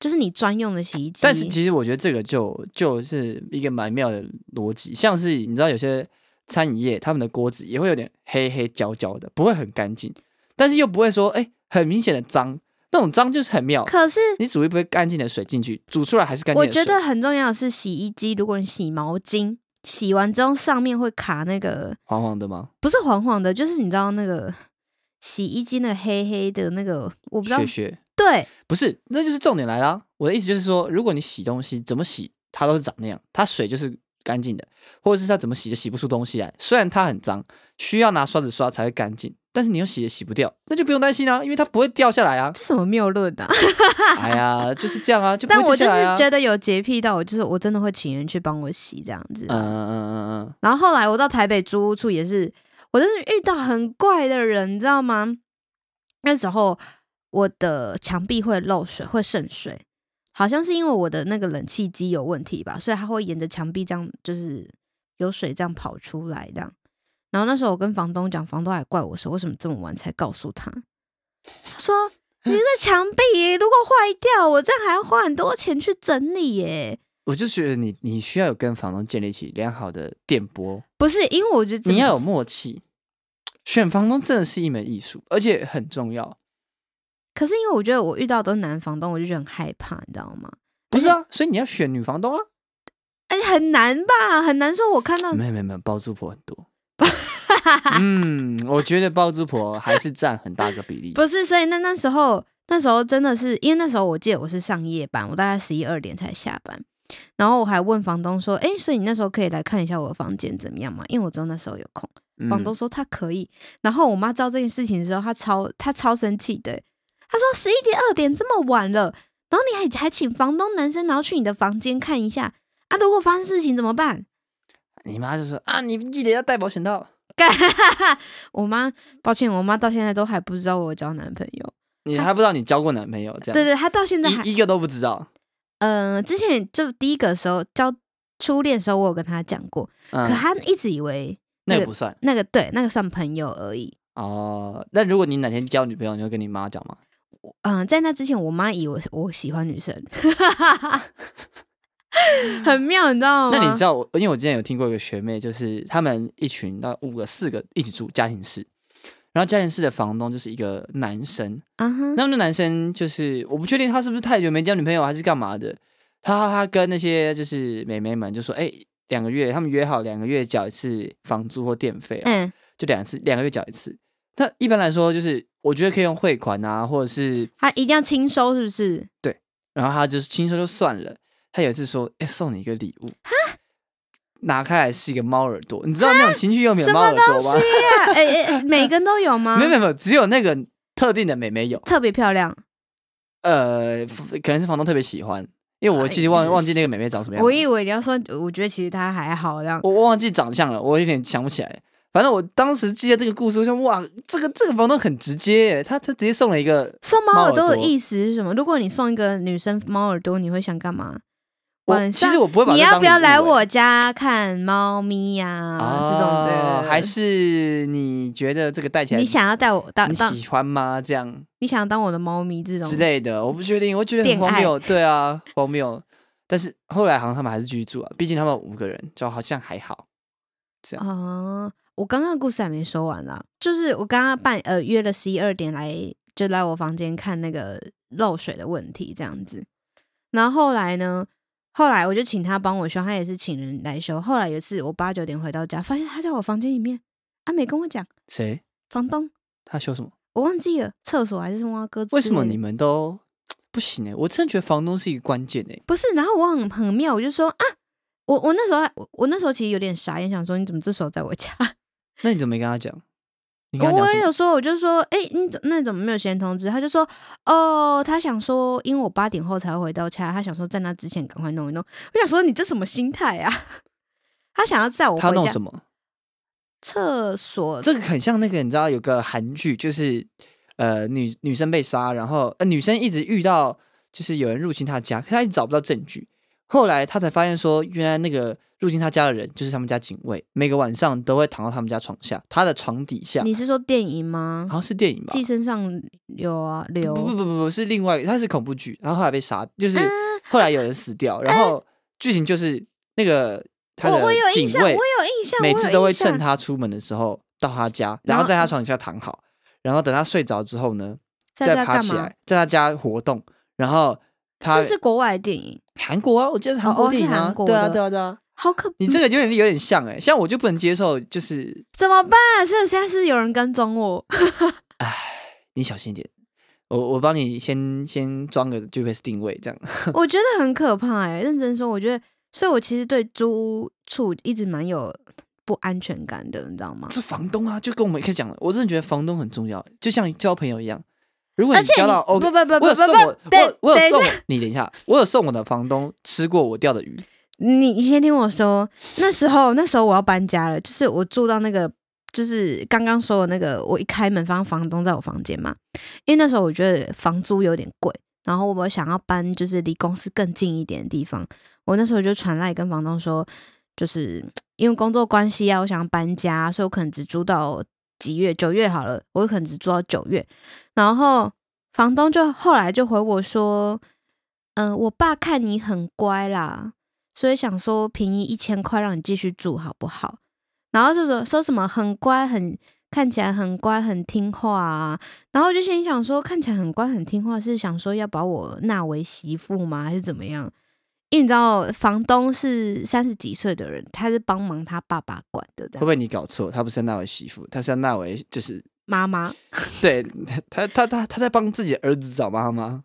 B: 就是你专用的洗衣机。
A: 但是其实我觉得这个就就是一个蛮妙的逻辑，像是你知道有些餐饮业他们的锅子也会有点黑黑焦焦的，不会很干净，但是又不会说哎、很明显的脏，那种脏就是很妙。
B: 可是
A: 你煮一杯干净的水进去，煮出来还是干净
B: 我
A: 的水。
B: 觉得很重要的是洗衣机，如果你洗毛巾，洗完之后上面会卡那个
A: 黄黄的吗？
B: 不是黄黄的，就是你知道那个洗衣机那个黑黑的那个，我不知道
A: 学学
B: 对。
A: 不是，那就是重点来啦。我的意思就是说，如果你洗东西怎么洗，它都是长那样，它水就是干净的，或者是它怎么洗就洗不出东西来。虽然它很脏，需要拿刷子刷才会干净，但是你又洗也洗不掉，那就不用担心啦、因为它不会掉下来啊
B: 这什么谬论啊！
A: 哎呀，就是这样啊，就不
B: 但我
A: 会
B: 就
A: 掉下来啊。
B: 是觉得有洁癖到，我就是我真的会请人去帮我洗这样子。
A: 嗯嗯嗯嗯
B: 然后后来我到台北租屋处也是，我真的遇到很怪的人，你知道吗？那时候我的墙壁会漏水，会渗水，好像是因为我的那个冷气机有问题吧，所以它会沿着墙壁这样，就是有水这样跑出来这样。然后那时候我跟房东讲，房东还怪我说为什么这么晚才告诉他，他说你这墙壁如果坏掉，我这样还要花很多钱去整理耶。
A: 我就觉得你你需要有跟房东建立起良好的电波，
B: 不是，因为我觉得
A: 你要有默契。选房东真的是一门艺术，而且很重要。
B: 可是因为我觉得我遇到的都是男房东，我就觉得很害怕，你知道吗？
A: 不是啊，所以你要选女房东啊。
B: 哎，很难吧，很难说。我看到
A: 没有没有没有，包租婆很 多。嗯，我觉得包租婆还是占很大个比例。
B: 不是，所以那那时候那时候真的是因为那时候我记得我是上夜班，我大概十一二点才下班，然后我还问房东说：“哎，所以你那时候可以来看一下我的房间怎么样吗？”因为我只有那时候有空。
A: 嗯
B: 房东说他可以。然后我妈知道这件事情的时候，她超她超生气的。她说十一点二点这么晚了，然后你还还请房东男生，然后去你的房间看一下啊，如果发生事情怎么办？
A: 你妈就说啊，你记得要带保险
B: 啊
A: 套。
B: 我妈，抱歉，我妈到现在都还不知道我有交男朋友。
A: 你还不知道你交过男朋友这样？
B: 对对，她到现在还，
A: 一一个都不知道。
B: 嗯、之前就第一个的时候交初恋的时候，我有跟她讲过，
A: 嗯
B: 可，她一直以为
A: 那
B: 那
A: 也
B: 个
A: 不算
B: 那个对那个算朋友而已。
A: 哦。那如果你哪天交女朋友，你会跟你妈讲吗？
B: 嗯、在那之前，我妈以为我喜欢女生， 很妙，你知道吗？
A: 那你知道我，因为我之前有听过一个学妹，就是他们一群那五个四个一起住家庭式，然后家庭式的房东就是一个男生，
B: 啊哈，
A: 那那男生就是我不确定他是不是太久没交女朋友还是干嘛的，他他跟那些就是美眉们就说，哎、两个月他们约好两个月缴一次房租或电费、哦，
B: 嗯，
A: 就两次两个月缴一次。那一般来说就是我觉得可以用汇款啊，或者是
B: 她一定要清收，是不是？
A: 然后他就是轻收就算了。他有一次说，哎、送你一个礼物，拿开来是一个猫耳朵，你知道那种情趣用品有猫耳朵吗？
B: 对呀、哎、哎、每个人都有吗？
A: 没有没有没有，只有那个特定的美眉有。
B: 特别漂亮。
A: 呃，可能是房东特别喜欢，因为我其实忘
B: 哎
A: 忘记那个妹妹长什么样
B: 我
A: 子，
B: 以为你要说，我觉得其实她还好，这样
A: 我忘记长相了，我有点想不起来。反正我当时记得这个故事，我想哇，这个这个房东很直接耶，他他直接送了一个，
B: 送猫
A: 猫
B: 耳朵
A: 耳
B: 的
A: 朵
B: 意思是什么？如果你送一个女生猫耳朵，你会想干嘛？
A: 我
B: 晚
A: 其
B: 上
A: 实我不会把
B: 你
A: 这
B: 要
A: 当
B: 不要
A: 礼物欸
B: 来
A: 耶
B: 我家看猫咪呀、啊这种
A: 哦
B: 的，
A: 还是你觉得这个戴起来
B: 你想要带我当
A: 你
B: 当
A: 喜欢吗？这样
B: 你想要当我的猫咪这种
A: 之类的，我不确定，我觉得很
B: 恋爱
A: 荒谬，对啊，荒谬。但是后来好像他们还是继续住啊，毕竟他们五个人，就好像还好。
B: 哦，我刚刚的故事还没说完啦，就是我刚刚半呃约了十一二点来，就来我房间看那个漏水的问题这样子。然后后来呢，后来我就请他帮我修，他也是请人来修。后来有一次我八九点回到家，发现他在我房间里面，他、没跟我讲，
A: 谁？
B: 房东
A: 他修什么？
B: 我忘记了厕所还是挖哥之
A: 为什么
B: 类的
A: 你们都不行呢、欸我真的觉得房东是一个关键欸呢、
B: 不是，然后我很很妙，我就说啊，我我那时候还我我那时候其实有点傻眼，想说你怎么这时候在我家？
A: 那你怎么没跟他讲？你跟他讲
B: 我
A: 什
B: 也
A: 么？
B: 有说，我就说，哎、你怎那你怎么没有先通知？他就说，哦，他想说，因为我八点后才回到家，他想说在那之前赶快弄一弄。我想说，你这什么心态啊？ 他想要在我
A: 他
B: 回
A: 弄
B: 家
A: 什么？
B: 厕所，
A: 这个很像那个，你知道有个韩剧，就是呃女女生被杀，然后、呃、女生一直遇到就是有人入侵她家，可她一直找不到证据，后来他才发现说，原来那个入侵他家的人就是他们家警卫，每个晚上都会躺到他们家床下，他的床底下，
B: 你是说电影吗
A: 好？像是电影吧？
B: 寄生上流啊流啊
A: 不，不不不不是另外，它是恐怖剧，然后后来被杀，就是后来有人死掉，然后剧情就是那个他
B: 我
A: 的
B: 我有印
A: 警
B: 象，我
A: 卫
B: 有印象，
A: 每
B: 我
A: 次
B: 有
A: 都会
B: 印象
A: 趁他出门的时候到他家，
B: 然
A: 然后
B: 后
A: 在他床底下躺好，然后等他睡着之后呢，
B: 在
A: 再
B: 家
A: 爬
B: 干
A: 起
B: 嘛
A: 来，在他家活动，然后他
B: 是是国外的电影，
A: 韩国啊，我记得是
B: 哦
A: 韩国
B: 哦是
A: 电影啊
B: 韩，国
A: 对啊
B: 的
A: 对啊对啊，
B: 好可嗯
A: 你这个有点有点像哎，像我就不能接受，就是
B: 怎么办？是现在是有人跟踪我，
A: 你小心一点。我我帮你先先装个 GPS 定位，这样
B: 我觉得很可怕哎、认真说，我觉得，所以我其实对租屋处一直蛮有不安全感的，你知道吗？
A: 是房东啊，就跟我们一开始讲的，我真的觉得房东很重要，就像交朋友一样。如果
B: 而
A: 你
B: 且
A: 交到
B: 你
A: OK，
B: 不不不
A: 我有
B: 不
A: 送
B: 不
A: 我
B: 不，
A: 我有我有
B: 等等一下
A: 送我你等一下，我有送我的房东吃过我钓的鱼，
B: 你你先听我说，那时候那时候我要搬家了，就是我住到那个，就是刚刚说的那个，我一开门发现房东在我房间嘛，因为那时候我觉得房租有点贵，然后我想要搬就是离公司更近一点的地方，我那时候就传来跟房东说，就是因为工作关系啊，我想要搬家，所以我可能只租到几月九月好了，我有可能只租到九月，然后房东就后来就回我说，嗯、我爸看你很乖啦。所以想说便宜一千块让你继续住好不好？然后就说说什么很乖，很看起来很乖，很听话啊。然后我就心里想说，看起来很乖很听话，是想说要把我纳为媳妇吗？还是怎么样？因为你知道，房东是三十几岁的人，他是帮忙他爸爸管的，这
A: 会不会
B: 样
A: 你搞错？他不是要纳为媳妇，他是要纳为就是
B: 妈妈。
A: 对 他他他他在帮自己的儿子找妈妈。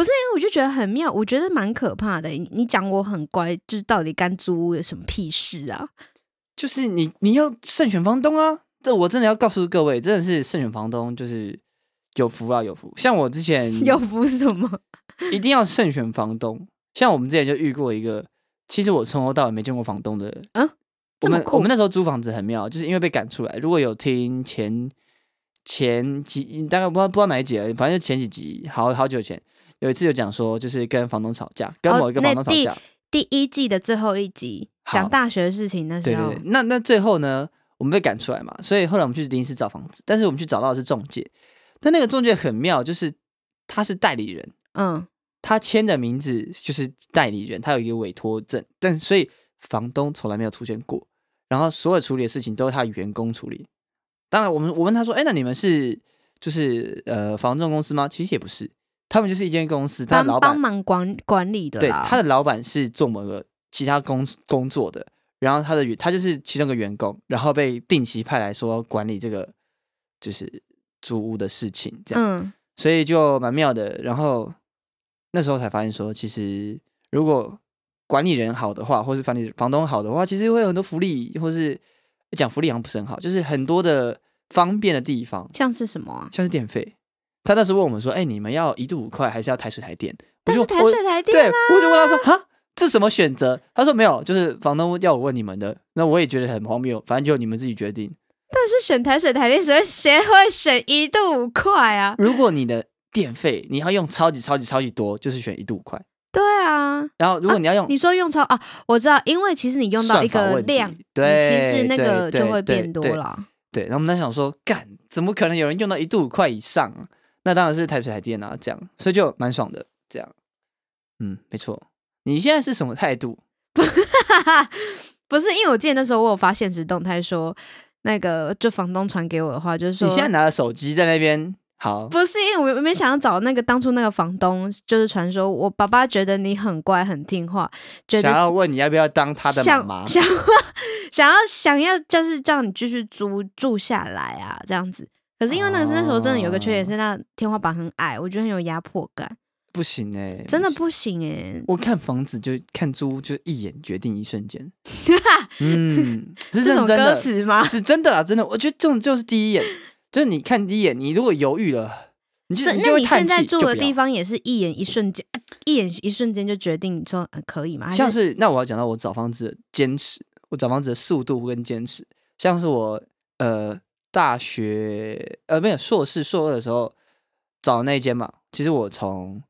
B: 因为我就觉得很妙，我觉得蛮可怕的。欸你你讲我很乖，就是到底干租屋有什么屁事啊？
A: 就是你你要慎选房东啊！这我真的要告诉各位，真的是慎选房东就是有福啊有福。像我之前
B: 有不是什么？
A: 一定要慎选房东，像我们之前就遇过一个，其实我从头到尾没见过房东的。
B: 啊，
A: 我
B: 这么
A: 们
B: 酷
A: 我们那时候租房子很妙，就是因为被赶出来。如果有听前前几大概不知道不知道哪一集了，反正就前几集，好好久前有一次有讲说，就是跟房东吵架，跟
B: 哦
A: 某一个房东吵
B: 那第
A: 架。
B: 第一季的最后一集
A: 好
B: 讲大学的事情，那
A: 对
B: 时候
A: 对对，那那最后呢，我们被赶出来嘛，所以后来我们去临时找房子，但是我们去找到的是中介，但那个中介很妙，就是他是代理人，
B: 嗯，
A: 他签的名字就是代理人，他有一个委托证，但所以房东从来没有出现过，然后所有处理的事情都是他员工处理。当然，我们我问他说：“哎，那你们是就是呃房仲公司吗？”其实也不是，他们就是一间公司，他
B: 帮
A: 的老板
B: 帮忙管管理的
A: 对，
B: 啦
A: 他的老板是做某个其他工工作的，然后他的员他就是其中一个员工，然后被定期派来说管理这个就是租屋的事情，这样，
B: 嗯，
A: 所以就蛮妙的。然后那时候才发现说，其实如果管理人好的话，或是房理房东好的话，其实会有很多福利，或是讲福利好像不是很好，就是很多的方便的地方，
B: 像是什么啊？
A: 像是电费。他那时候问我们说：“哎、你们要一度五块，还是要台水台电？”我
B: 但
A: 就是
B: 台
A: 我
B: 水台
A: 对，
B: 电啊
A: 我就问他说：“哈，这什么选择？”他说：“没有，就是房东要我问你们的。”那我也觉得很荒谬，反正就你们自己决定。
B: 但是选台水台电，谁会谁会选一度五块啊？
A: 如果你的电费你要用超级超级超级多，就是选一度五块。
B: 对啊，
A: 然后如果你要用
B: 你说用超啊，我知道，因为其实你用到
A: 算
B: 一
A: 法
B: 个
A: 问题
B: 量，你
A: 对，
B: 其实那
A: 对
B: 个
A: 对
B: 就会
A: 对
B: 变多
A: 对
B: 了。
A: 对，然后我们在想说，干，怎么可能有人用到一度五块以上、啊？那当然是台水台电啊，这样，所以就蛮爽的。这样，嗯，没错。你现在是什么态度？
B: 哈哈，不是，因为我记得那时候我有发现实动态说，那个就房东传给我的话，就是说
A: 你现在拿着手机在那边，好，
B: 不是，因为我原本想要找那个当初那个房东，就是传说我爸爸觉得你很乖很听话，觉得
A: 想要问你要不要当他的妈
B: 想
A: 妈？
B: 想要想要想要就是叫你继续租住下来啊，这样子。可是因为那个、
A: 哦
B: 那时候真的有个缺点是，那天花板很矮，我觉得很有压迫感，
A: 不行哎、
B: 真的不行欸诶、
A: 我看房子就看租屋，就一眼决定一瞬 间。嗯，是
B: 这
A: 认
B: 种
A: 真
B: 歌
A: 的，
B: 词吗？
A: 是真的啦，啊真的。我觉得这种就是第一眼，就是你看第一眼，你如果犹豫了，你就
B: 所以
A: 就
B: 那
A: 会
B: 你
A: 叹
B: 现
A: 气。
B: 在住
A: 就
B: 的
A: 不
B: 地
A: 要
B: 方也是一眼一瞬间，啊一眼一瞬间就决定说、呃可以吗？还
A: 像是那我要讲到我找房子的坚持，我找房子的速度跟坚持，像是我呃大学呃没有硕士硕二的时候找的那一间嘛，其实我从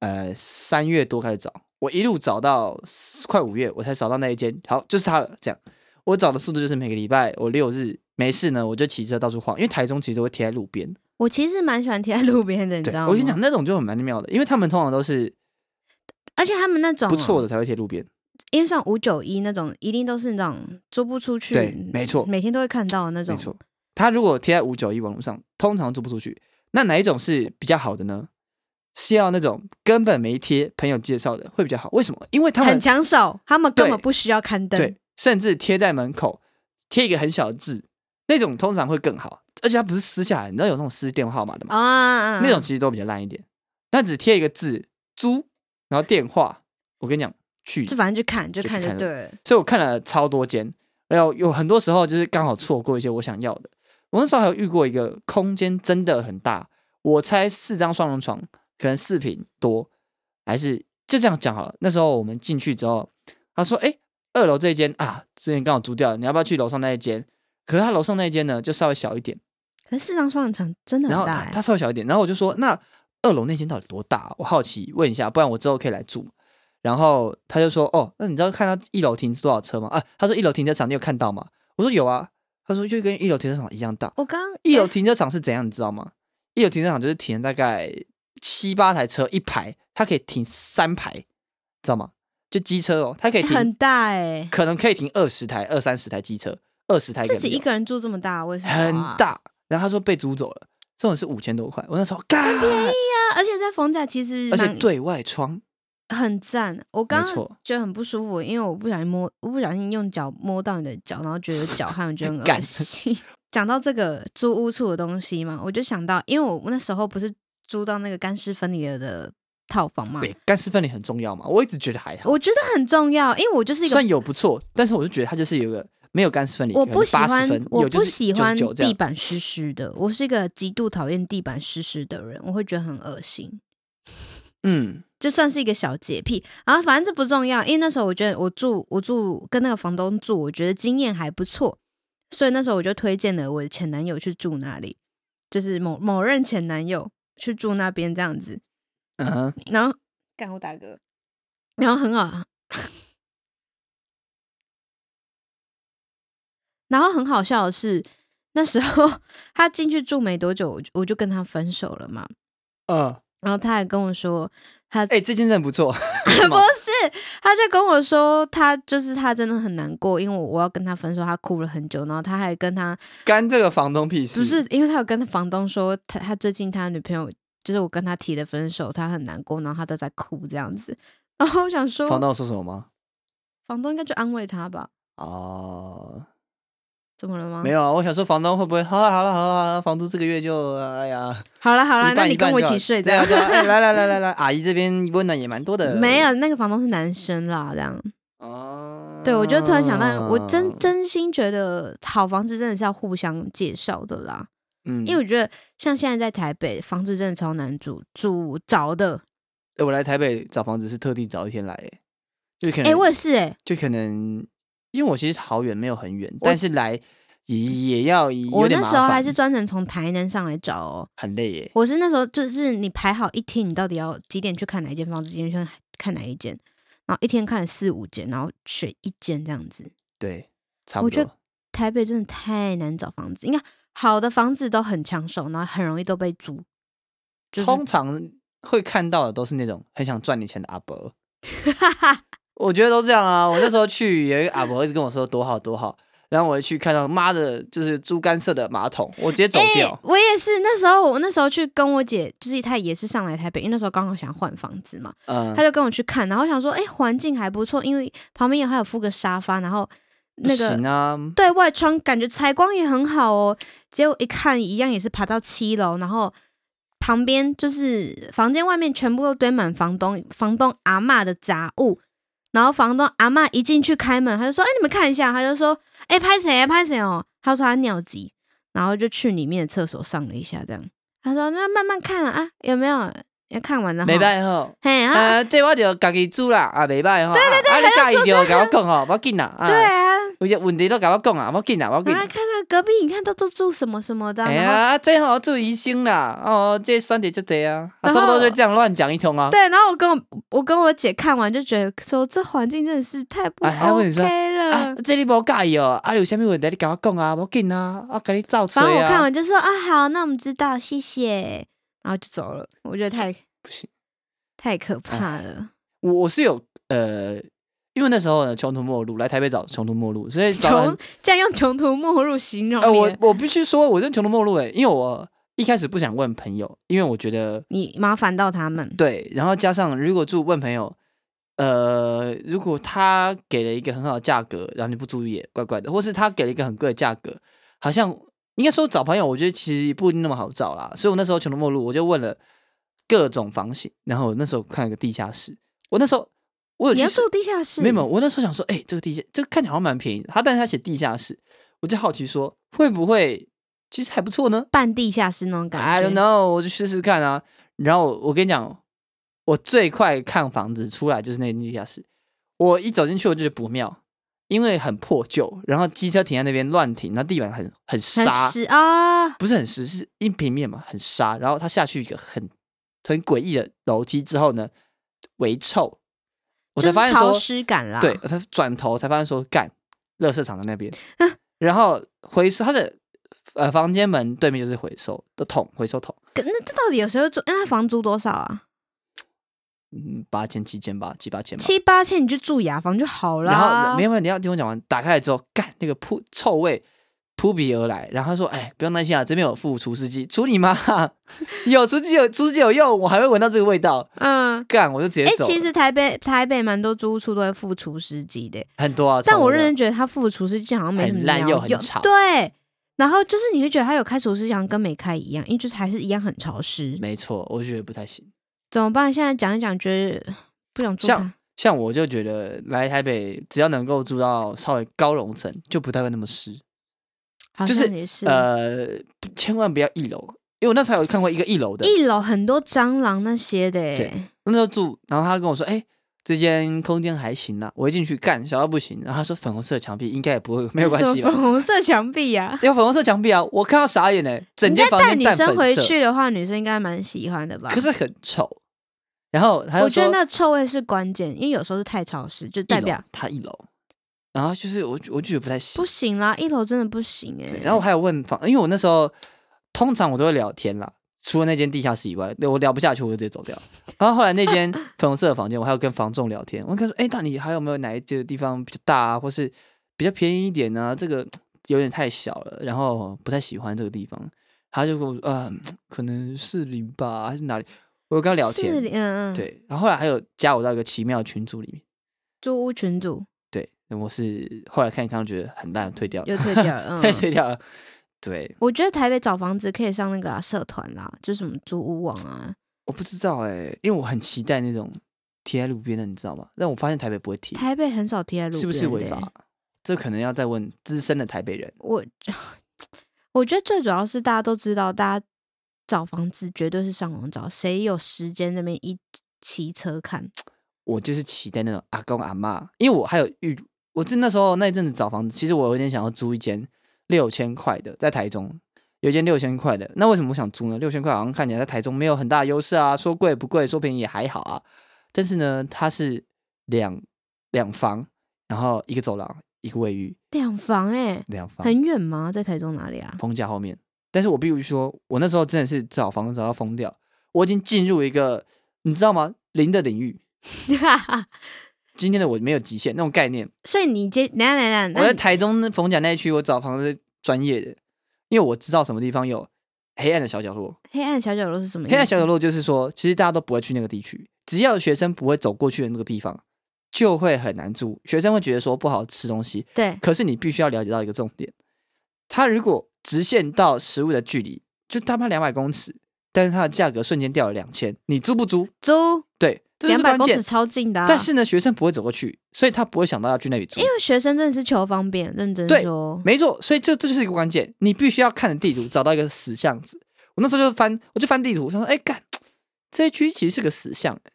A: 呃三月多开始找，我一路找到四快五月，我才找到那一间，好，就是它了。这样，我找的速度就是每个礼拜我六日没事呢，我就骑车到处晃，因为台中其实都会贴在路边。
B: 我其实蛮喜欢贴在路边的，你知
A: 对，
B: 道吗？
A: 我跟你讲，那种就很蛮妙的，因为他们通常都是
B: 而且他们那种
A: 不错的
B: 的，
A: 才会贴路边。
B: 因为像五九一那种，一定都是那种租不出去，
A: 对没错
B: 每天都会看到的那种。
A: 没错，他如果贴在五九一网络上，通常租不出去。那哪一种是比较好的呢？是要那种根本没贴，朋友介绍的会比较好。为什么？因为他们
B: 很抢手，他们根本
A: 对
B: 不需要刊登。
A: 对，甚至贴在门口，贴一个很小的字，那种通常会更好。而且它不是撕下来，你知道有那种撕电话号码的吗？
B: 啊啊，啊
A: 那种其实都比较烂一点。但只贴一个字“租”，然后电话，我跟你讲，去
B: 就反正就看就
A: 就去
B: 看就
A: 看了
B: 对了。
A: 所以我看了超多间，然后有很多时候就是刚好错过一些我想要的。我那时候还有遇过一个空间真的很大，我猜四张双人床，可能四平多，还是就这样讲好了。那时候我们进去之后，他说：“哎、二楼这一间啊，之前刚好租掉了，你要不要去楼上那一间？”可是他楼上那一间呢，就稍微小一点，
B: 可是四张双人床真的
A: 然后
B: 很
A: 他
B: 大、欸，
A: 他稍微小一点，然后我就说：“那二楼那间到底多大？啊我好奇问一下，不然我之后可以来住。”然后他就说：“哦，那你知道看到一楼停多少车吗？”啊，他说一楼停车场你有看到吗？我说有啊。他说就跟一楼停车场一样大。
B: 我刚刚
A: 一楼停车场是怎样，你知道吗？一楼停车场就是停大概七八台车一排，它可以停三排，知道吗？就机车哦，它可以
B: 欸很
A: 停，
B: 大哎、
A: 可能可以停二十台、二三十台机车，二十台
B: 自己一
A: 人。
B: 个人住这么大，为什么、啊
A: 很，大。然后他说被租走了，这种是五千多块。我那时候嘎，
B: 对啊，而且在逢甲其实
A: 而且
B: 蛮
A: 对外窗，
B: 很赞。我刚
A: 没
B: 刚
A: 错
B: 觉得很不舒服，因为我不小心摸，我不小心用脚摸到你的脚，然后觉得脚汗，我觉得很 恶
A: 干
B: 心。 讲到这个租屋处的东西嘛，我就想到，因为我那时候不是租到那个干湿分离了的套房嘛，
A: 对，干湿分离很重要嘛。我一直觉得还好，
B: 啊我觉得很重要，因为我就是一个
A: 算有不错，但是我就觉得它就是有个没有干湿分离，
B: 我不喜
A: 八十
B: 欢
A: 分，，
B: 我
A: 有就
B: 不
A: 是
B: 喜欢
A: 99这
B: 地
A: 样。
B: 板湿湿的。我是一个极度讨厌地板湿湿的人，我会觉得很恶心。
A: 嗯，
B: 这算是一个小洁癖，然后反正这不重要，因为那时候我觉得我住我住跟那个房东住，我觉得经验还不错，所以那时候我就推荐了我的前男友去住那里，就是某某任前男友去住那边这样子。
A: 嗯哼，
B: 然后干我打嗝，然后很好，啊然后很好笑的是，那时候 他进去住没多久，我就我就跟他分手了嘛。
A: 呃，
B: 然后他还跟我说，
A: 哎，这件真的不 错，是
B: 不
A: 吗
B: 是，他就跟我说，他就是他真的很难过，因为我我要跟他分手，他哭了很久，然后他还跟他
A: 干这个房东屁事，
B: 不是，因为他有跟房东说，他他最近他女朋友就是我跟他提的分手，他很难过，然后他都在哭这样子。 然后我想说，
A: 房东有说什么吗？
B: 房东应该就安慰他吧？
A: 哦，
B: 怎么了吗？
A: 没有啊，我想说房东会不会好了好了好了好了，房租这个月就哎呀，
B: 好了好了，
A: 一
B: 那
A: 半
B: 你
A: 一半
B: 跟我一
A: 就好
B: 起睡这
A: 对啊
B: 样。
A: 对啊，哎来来来 来来，阿姨这边温暖也蛮多的，
B: 没有，那个房东是男生啦，这样。
A: 哦，
B: 对，我就突然想到，我
A: 啊
B: 真真心觉得好房子真的是要互相介绍的啦，
A: 嗯，
B: 因为我觉得像现在在台北，房子真的超难住住着的。
A: 欸我来台北找房子是特地找一天来、欸，就可能，
B: 哎，我也是哎，
A: 就可能，因为我其实桃园没有很远，但是来也也要有
B: 嗯我
A: 点
B: 那
A: 麻
B: 时候
A: 烦，
B: 还是专程从台南上来找哦。
A: 很累耶、
B: 我是那时候就是你排好一天，你到底要几点去看哪一间房子，几点去看哪一间，然后一天看了四五间，然后选一间这样子。
A: 对，差
B: 我
A: 不
B: 觉得
A: 多。
B: 台北真的太难找房子，应该好的房子都很抢手，然后很容易都被租。就是
A: 通常会看到的都是那种很想赚你钱的阿 伯，我觉得都这样啊。我那时候去有一个阿伯一直跟我说多好多好，然后我一去看到妈的，就是猪肝色的马桶，我直接走掉。
B: 欸我也是，那时候我那时候去跟我姐，就是她也是上来台北，因为那时候刚好想换房子嘛，
A: 嗯
B: 她，就跟我去看，然后想说，哎、环境还不错，因为旁边有还有附个沙发，然后
A: 不
B: 那个
A: 行啊，
B: 对外窗感觉采光也很好哦。结果一看，一样也是爬到七楼，然后旁边就是房间外面全部都堆满房东房东阿嬷的杂物。然后房东阿嬷一进去开门，他就说：“哎，你们看一下。”他就说：“哎，拍谁啊？拍谁哦？”他说他尿急，然后就去里面的厕所上了一下，这样。他说：“那慢慢看啊，啊有没有？要看完了哈。
A: 没办法。
B: 嘿，啊
A: 啊，这我就家己煮啦，啊，袂歹吼。对对对，啊，你家己就甲我讲吼，无要紧啦。啊
B: 对，啊，
A: 有些问题都甲我讲啊，无要紧啦，无要紧
B: 然后
A: 啦。
B: 看到隔隔壁你看都都住什么什么的啊、
A: 哎
B: 然后
A: 呀，这好注宜兴啦，哦，这酸点就这样，啊，
B: 然
A: 差不多
B: 后
A: 就这样乱讲一通啊。
B: 对，然后我跟我我跟我姐看完就觉得说，这环境真的是太不
A: 哎还问你说
B: OK 了。
A: 啊，这你无介意哦，啊，你有啥物问题你跟我讲啊，无紧啊，我跟你照吹
B: 反
A: 啊。
B: 正我看完就说啊，好，那我们知道，谢谢，然后就走了。我觉得太
A: 不行，哎
B: 太可怕了，
A: 我我是有呃，因为那时候呢穷途末路，来台北找穷途末路，所以找了很
B: 穷竟然用穷途末路形容
A: 呃，
B: 你
A: 我
B: 了，
A: 我必须说，我真穷途末路诶，因为我一开始不想问朋友，因为我觉得
B: 你麻烦到他们。
A: 对，然后加上如果住问朋友，呃，如果他给了一个很好的价格，然后你不注意也怪怪的，或是他给了一个很贵的价格，好像应该说找朋友，我觉得其实不一定那么好找啦。所以我那时候穷途末路，我就问了各种房型，然后我那时候看了个地下室，我那时候我有
B: 你
A: 去
B: 要
A: 搜
B: 住地下室？
A: 没有，没有我那时候想说，哎、这个地下这个看起来好像蛮便宜的，他但是他写地下室，我就好奇说会不会其实还不错呢？
B: 半地下室那种感觉。
A: I don't know，我就试试看啊。然后我跟你讲，我最快看房子出来就是那个地下室。我一走进去我就觉得不妙，因为很破旧，然后机车停在那边乱停，然后地板很很
B: 很
A: 沙，
B: 实啊，
A: 不是很实，是一平面嘛，很沙。然后它下去一个很很诡异的楼梯之后呢，微臭，我才
B: 就是
A: 发现
B: 潮
A: 说，
B: 湿感啦。
A: 对，，我才转头才发现说，干，垃圾场在那边。
B: 啊
A: 然后回收他的呃房间门对面就是回收的桶，回收桶，
B: 可那这到底有时候住？那他房租多少啊？
A: 嗯，八千七千吧，七八千吧。
B: 七八千你就住雅房就好啦。
A: 然后没有没有，你要听我讲完。打开来之后，干那个扑臭味扑鼻而来。然后他说：“哎，不用担心啊，这边有附除湿机，除你妈！ 有除湿机有除湿机有用，我还会闻到这个味道。
B: 嗯，
A: 干，我就直接
B: 哎、
A: 走了。
B: 其实台北台北蛮多租屋处都会付厨师机的，
A: 很多啊，
B: 但
A: 超
B: 我
A: 多的
B: 认真觉得他付厨师机好像没什么
A: 很烂
B: 鸟
A: 又很
B: 用
A: 吵
B: 对，然后就是你会觉得他有开厨师机好像跟没开一样，因为就是还是一样很潮湿。
A: 没错，我就觉得不太行。
B: 怎么办？现在讲一讲，觉得不想住
A: 像
B: 它。
A: 像我就觉得来台北，只要能够住到稍微高楼层，就不太会那么湿。
B: 好
A: 就是
B: 像也是，
A: 呃，千万不要一楼，因为我那时候有看过一个一楼的，
B: 一楼很多蟑螂那些的欸，
A: 对那时候住，然后他跟我说，哎、这间空间还行啦、我一进去干，小到不行。然后他说粉红色墙壁应该也不会没有关系啊
B: 什么
A: 吧？
B: 粉红色墙壁呀、
A: 有粉红色墙壁啊，我看到傻眼嘞、整
B: 你
A: 间
B: 再
A: 房
B: 带
A: 间
B: 女
A: 淡
B: 生
A: 粉
B: 回
A: 色，
B: 去的话，女生应该蛮喜欢的吧？
A: 可是很丑。然后他又
B: 我觉
A: 说
B: 得，那臭味是关键，因为有时候是太潮湿，就代
A: 一楼
B: 表
A: 他一楼，然后就是我我就觉得不太行
B: 不。行啦，一楼真的不行哎、
A: 对，然后我还有问房，因为我那时候通常我都会聊天啦，除了那间地下室以外，我聊不下去我就直接走掉。然后后来那间粉红色的房间，我还有跟房仲聊天，我跟他说：“哎、那你还有没有哪一个地方比较大啊，或是比较便宜一点呢、这个有点太小了，然后不太喜欢这个地方。”他就跟我说：“呃，可能士林吧，还是哪里？”我有跟他聊
B: 四
A: 天，
B: 零嗯嗯，，
A: 对。然后后来还有加我到一个奇妙群组里面，
B: 租屋群 主
A: 对，那我是后来看一看觉得很烂，退掉了，
B: 又退掉了，嗯。
A: 退掉了，对。
B: 我觉得台北找房子可以上那个啦社团啦，就什么租屋网啊，
A: 我不知道哎、因为我很期待那种贴在路边的，你知道吗？但我发现台北不会贴，
B: 台北很少贴在路边、欸
A: 是不是违法？？这可能要再问资深的台北人。
B: 我我觉得最主要是大家都知道，大家找房子绝对是上网找，谁有时间那边一骑车看？
A: 我就是期待那种阿公阿妈，因为我还有遇，我真那时候那一阵子找房子，其实我有点想要租一间六千块的，在台中有一间六千块的。那为什么我想租呢？六千块好像看起来在台中没有很大的优势啊，说贵不贵，说便宜也还好啊。但是呢，它是两两房，然后一个走廊，一个卫浴，
B: 两房哎、
A: 两房。
B: 很远吗？在台中哪 里啊？
A: 封架后面。但是我必须说，我那时候真的是找房子找到疯掉，我已经进入一个你知道吗零的领域。今天的我没有极限那种概念。
B: 所以你接，等一下等一下，
A: 我在
B: 那你
A: 台中那逢甲那一区，我找房子是专业的，因为我知道什么地方有黑暗的小角落。
B: 黑暗小角落是什么意思？
A: 黑暗小角落就是说，其实大家都不会去那个地区，只要有学生不会走过去的那个地方，就会很难住。学生会觉得说不好吃东西，
B: 对，
A: 可是你必须要了解到一个重点，它如果直线到食物的距离，就他妈两百公尺，但是它的价格瞬间掉了两千，你租不租？
B: 租
A: 对，这就
B: 两
A: 是
B: 百
A: 关
B: 公尺
A: 键。
B: 超近的、啊，
A: 但是呢，学生不会走过去，所以他不会想到要去那里租
B: 因。为学生真的是求方便，认真
A: 对
B: 说，
A: 没错，所以这这就是一个关键，你必须要看着地图找到一个死巷子。我那时候就翻，我就翻地图，想说，哎、干，这一区其实是个死巷、欸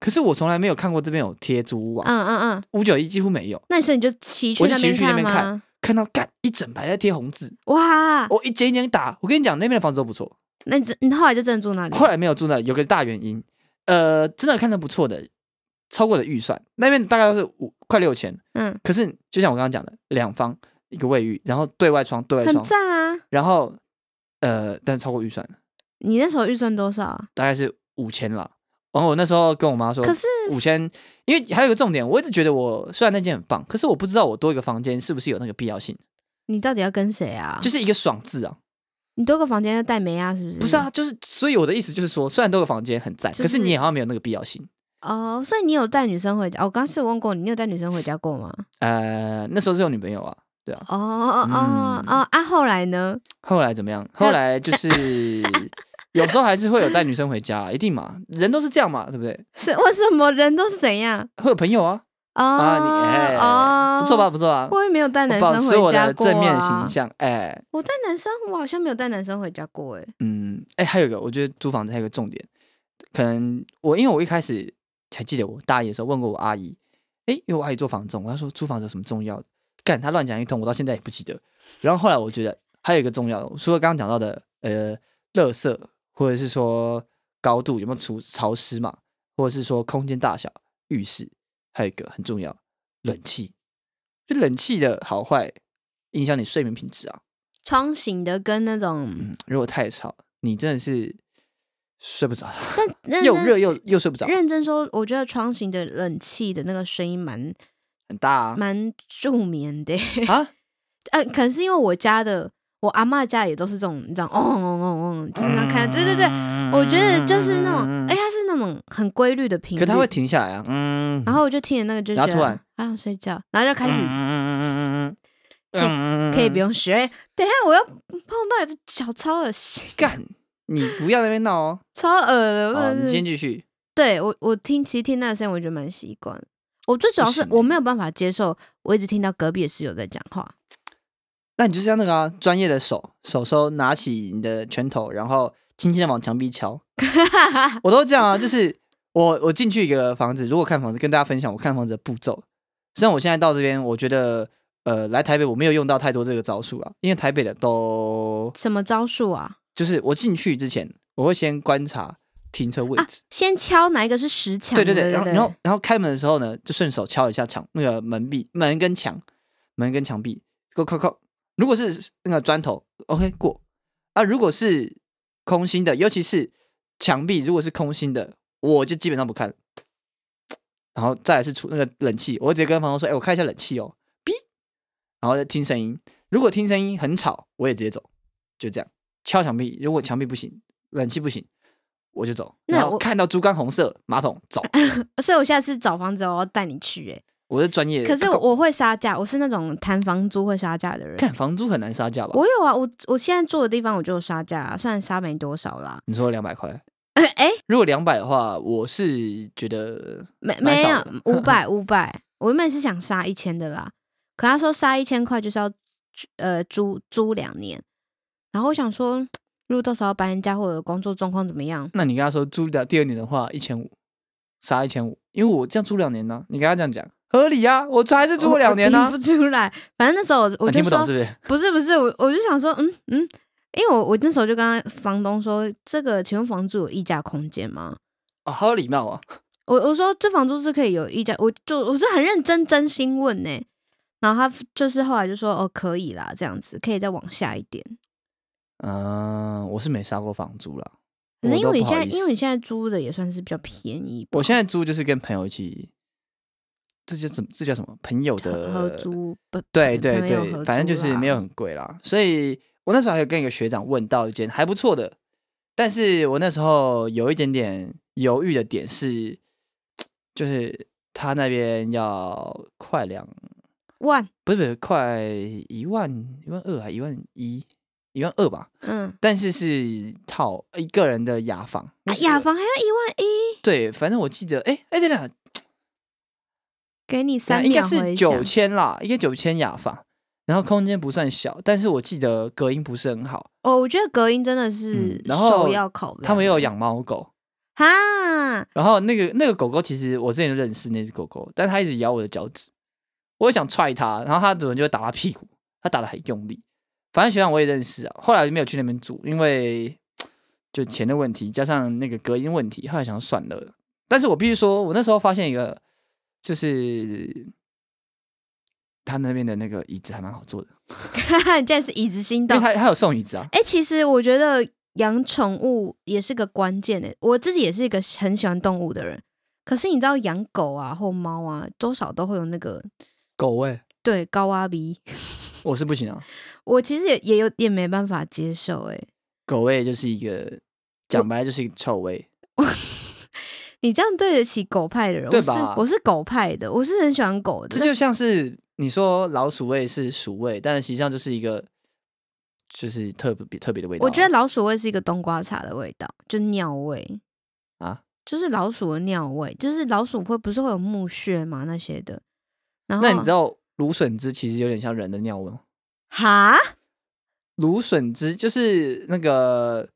A: 可是我从来没有看过这边有贴租屋网，
B: 嗯嗯嗯，
A: 五九一几乎没有。
B: 那所以你就骑去
A: 我就
B: 那
A: 骑
B: 边
A: 去那边
B: 吗？
A: 看看到干一整排在贴红字，
B: 哇，
A: 我一间一间打。我跟你讲，那边的房子都不错。
B: 那你这你后来就真的住那里？
A: 后来没有住那，有个大原因，呃，真的看的不错的，超过了预算，那边大概都是五快六千。
B: 嗯，
A: 可是就像我刚刚讲的，两方一个卫浴，然后对外窗，对外
B: 很
A: 窗，
B: 赞啊！
A: 然后呃，但是超过预算了，
B: 你那时候预算多少啊？
A: 大概是五千啦。然后我那时候跟我妈说，
B: 可是
A: 五千，因为还有一个重点，我一直觉得我虽然那间很棒，可是我不知道我多一个房间是不是有那个必要性，
B: 你到底要跟谁啊？
A: 就是一个爽字啊，
B: 你多个房间要带梅啊，是不是？
A: 不是啊，就是所以我的意思就是说，虽然多个房间很赞，
B: 就是
A: 可是你也好像没有那个必要性。
B: 哦，所以你有带女生回家？哦我刚是问过你，你有带女生回家过吗？
A: 呃，那时候是有女朋友啊，对啊，
B: 哦哦
A: 嗯
B: 哦啊！后来呢？
A: 后来怎么样？后来就是 有时候还是会有带女生回家，啊一定嘛，人都是这样嘛，对不对？
B: 是 为什么人都是怎样？
A: 会有朋友啊，
B: 哦
A: 啊，你哎、
B: 哦，
A: 不错吧，？不 错啊。
B: 我也没有带男
A: 保
B: 生
A: 持我
B: 回家
A: 的
B: 过、啊、
A: 正面形象，哎、
B: 我带男生，我好像没有带男生回家过哎、
A: 嗯，哎、还有一个，我觉得租房子还有一个重点，可能我因为我一开始还记得我大一的时候问过我阿姨，哎、因为我阿姨做房仲，我要说租房子有什么重要的，干她乱讲一通，我到现在也不记得。然后后来我觉得还有一个重要的，除了刚刚讲到的呃，垃圾或者是说高度有没有除潮湿嘛，或者是说空间大小、浴室，还有一个很重要，冷气，就冷气的好坏影响你睡眠品质啊。
B: 窗型的跟那种，
A: 嗯，如果太吵，你真的是睡不着，
B: 但认
A: 又
B: 真
A: 热又又睡不着，
B: 认真说，我觉得窗型的冷气的那个声音蛮
A: 很大啊
B: 蛮助眠的、
A: 啊！
B: 呃，可能是因为我家的，我阿嬷家也都是这种，你知道，哦嗡嗡嗡嗡，就是那看，对对对，我觉得就是那
A: 嗯
B: 种，哎、它是那种很规律的频率，
A: 可它会停下来啊，嗯，
B: 然后我就听着那个就觉
A: 然
B: 得
A: 后突然
B: 还想睡觉，然后就开始、
A: 嗯嗯嗯嗯嗯嗯
B: 可以不用学。哎等一下我要碰到一只脚，超恶心，
A: 干，你不要在那边闹哦。
B: 超恶的，
A: 好，
B: 真
A: 你
B: 的
A: 先
B: 是。
A: 继续。
B: 对我我听其实听那个声音，我觉得蛮习惯。我最主要是
A: 不行欸
B: 我没有办法接受，我一直听到隔壁的室友在讲话。
A: 那你就是要那个啊，专业的手手手拿起你的拳头，然后轻轻的往墙壁敲。我都这样啊，就是我我进去一个房子，如果看房子，跟大家分享我看房子的步骤。虽然我现在到这边，我觉得呃来台北我没有用到太多这个招数啊，因为台北的都
B: 什么招数啊？
A: 就是我进去之前，我会先观察停车位
B: 啊
A: 置，，
B: 先敲哪一个是实墙？
A: 对
B: 对
A: 对对，然后
B: 对
A: 然后然后开门的时候呢，就顺手敲一下墙那个门壁门跟墙门跟墙壁，扣扣扣。如果是那个砖头，OK 过啊。如果是空心的，尤其是墙壁，如果是空心的，我就基本上不看。然后再来是除那个冷气，我会直接跟房东说：“哎、我看一下冷气哦。”哔，然后再听声音。如果听声音很吵，我也直接走，就这样敲墙壁。如果墙壁不行，冷气不行，我就走。
B: 那
A: 然后
B: 我
A: 看到猪肝红色马桶走，
B: 所以我下次找房子，我要带你去、欸。
A: 我是专业。啊
B: 可是我会杀价，我是那种谈房租会杀价的人。
A: 看房租很难杀价吧？
B: 我有啊，我我现在住的地方我就有杀价、啊，虽然杀没多少啦。
A: 你说两百块，
B: 哎、哎
A: 如果两百的话，我是觉得
B: 没
A: 蛮
B: 没有
A: 少的
B: 五百五百，我原本是想杀一千的啦，可他说杀一千块就是要呃租租两年，然后我想说，如果到时候白人家或者工作状况怎么样，
A: 那你跟他说租的第二年的话，一千五，杀一千五，因为我这样租两年呢、你跟他这样讲合理啊，我还是租了两年呢、
B: 我我听不出来。反正那时候我
A: 啊
B: 我就
A: 听不懂
B: 说
A: 是不是？
B: 不是不是，我我就想说，嗯嗯，因为我我那时候就跟他房东说，这个请问房租有议价空间吗？
A: 哦，好有礼貌啊！
B: 我我说这房租是可以有议价，我就我是很认真真心问呢、然后他就是后来就说哦可以啦，这样子可以再往下一点。
A: 嗯、我是没杀过房租啦。
B: 可是
A: 我
B: 因
A: 都
B: 为你
A: 不好
B: 现在
A: 意
B: 因为你
A: 思
B: 现在租的也算是比较便宜吧，
A: 我现在租就是跟朋友一起，这叫怎么？这叫什么？朋友的
B: 合合租不
A: 对
B: 嗯朋
A: 对
B: 友
A: 对
B: 合，
A: 反正就
B: 租
A: 是
B: 啦
A: 没有很贵啦。所以我那时候还有跟一个学长问到一间还不错的，但是我那时候有一点点犹豫的点是，就是他那边要快两，
B: 万
A: 不是不是快一万一万二还一万一一万二吧，
B: 嗯
A: 但是是套一个人的雅房
B: 啊，
A: 是
B: 雅房还要一万一，
A: 对，反正我记得，哎哎等等，
B: 给你三
A: 啊应该
B: 秒
A: 是
B: 回
A: 九
B: 想。
A: 千啦，应该九千雅房，然后空间不算小，但是我记得隔音不是很好。
B: 哦，我觉得隔音真的是
A: 嗯然后
B: 首要考量。
A: 他们又有养猫狗，
B: 哈，
A: 然后那个那个狗狗其实我之前就认识那只狗狗，但它一直咬我的脚趾，我也想踹它，然后它主人就会打它屁股，他打的很用力。反正学长我也认识啊，后来就没有去那边住，因为就钱的问题，加上那个隔音问题，后来想算了。但是我必须说，我那时候发现一个，就是他那边的那个椅子还蛮好坐的，
B: 看，这是椅子
A: 因
B: 心
A: 为
B: 动。
A: 他他有送椅子啊。
B: 哎、其实我觉得养宠物也是个关键的。我自己也是一个很喜欢动物的人，可是你知道养狗啊或猫啊，多少都会有那个
A: 狗哎、
B: 对高阿鼻，
A: 我是不行啊，
B: 我其实也也有也没办法接受、欸。哎，
A: 狗味就是一个讲白了就是一个臭味。
B: 你这样对得起狗派的人？
A: 对
B: 我是
A: 吧
B: 我是狗派的，我是很喜欢狗的。
A: 这就像是你说老鼠味是鼠味，但是实际上就是一个就是特别特别的味道啊。
B: 我觉得老鼠味是一个冬瓜茶的味道，就尿味
A: 啊，
B: 就是老鼠的尿味，就是老鼠会不是会有木屑嘛那些的。然后
A: 那你知道芦笋汁其实有点像人的尿味吗？
B: 哈？
A: 芦笋汁就是那个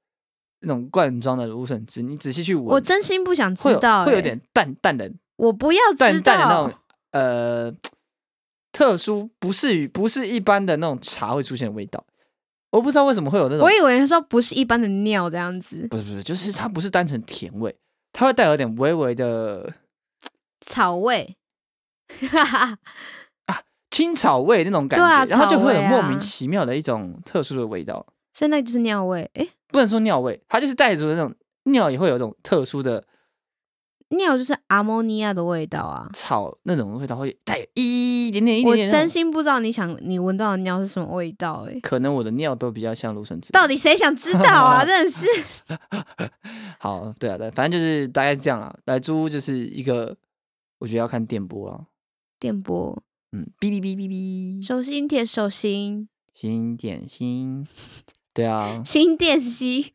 A: 那种罐装的芦笋汁，你仔细去闻，
B: 我真心不想
A: 会
B: 知
A: 有
B: 道、
A: 会有
B: 欸
A: 点淡淡的
B: 我不要知
A: 淡淡的那
B: 道
A: 种。呃特殊，不是于不是一般的那种茶会出现的味道。我不知道为什么会有那种
B: 我，以为说不是一般的尿这样子，
A: 不是不是，就是它不是单纯甜味，它会带有点微微的
B: 草味。 哈哈，
A: 青草味那种感觉，
B: 对啊
A: 然后就会
B: 草
A: 有
B: 味啊
A: 莫名其妙的一种特殊的味道，
B: 所以那就是尿味。诶，
A: 不能说尿味，它就是带着那种尿也会有一种特殊的
B: 尿就是阿莫尼亚的味道啊！
A: 草那种味道，会带有一点点一
B: 我
A: 点点那
B: 真
A: 种。
B: 心不知道你想你闻到的尿是什么味道、欸诶，
A: 可能我的尿都比较像芦笋汁。
B: 到底谁想知 道啊？真的是。
A: 好，对啊，对，反正就是大概是这样啦。来租屋就是一个，我觉得要看电波啊，
B: 电波
A: 嗯，哔哔哔哔哔，
B: 手心贴手心，
A: 新点心，对 啊，
B: 心电吸。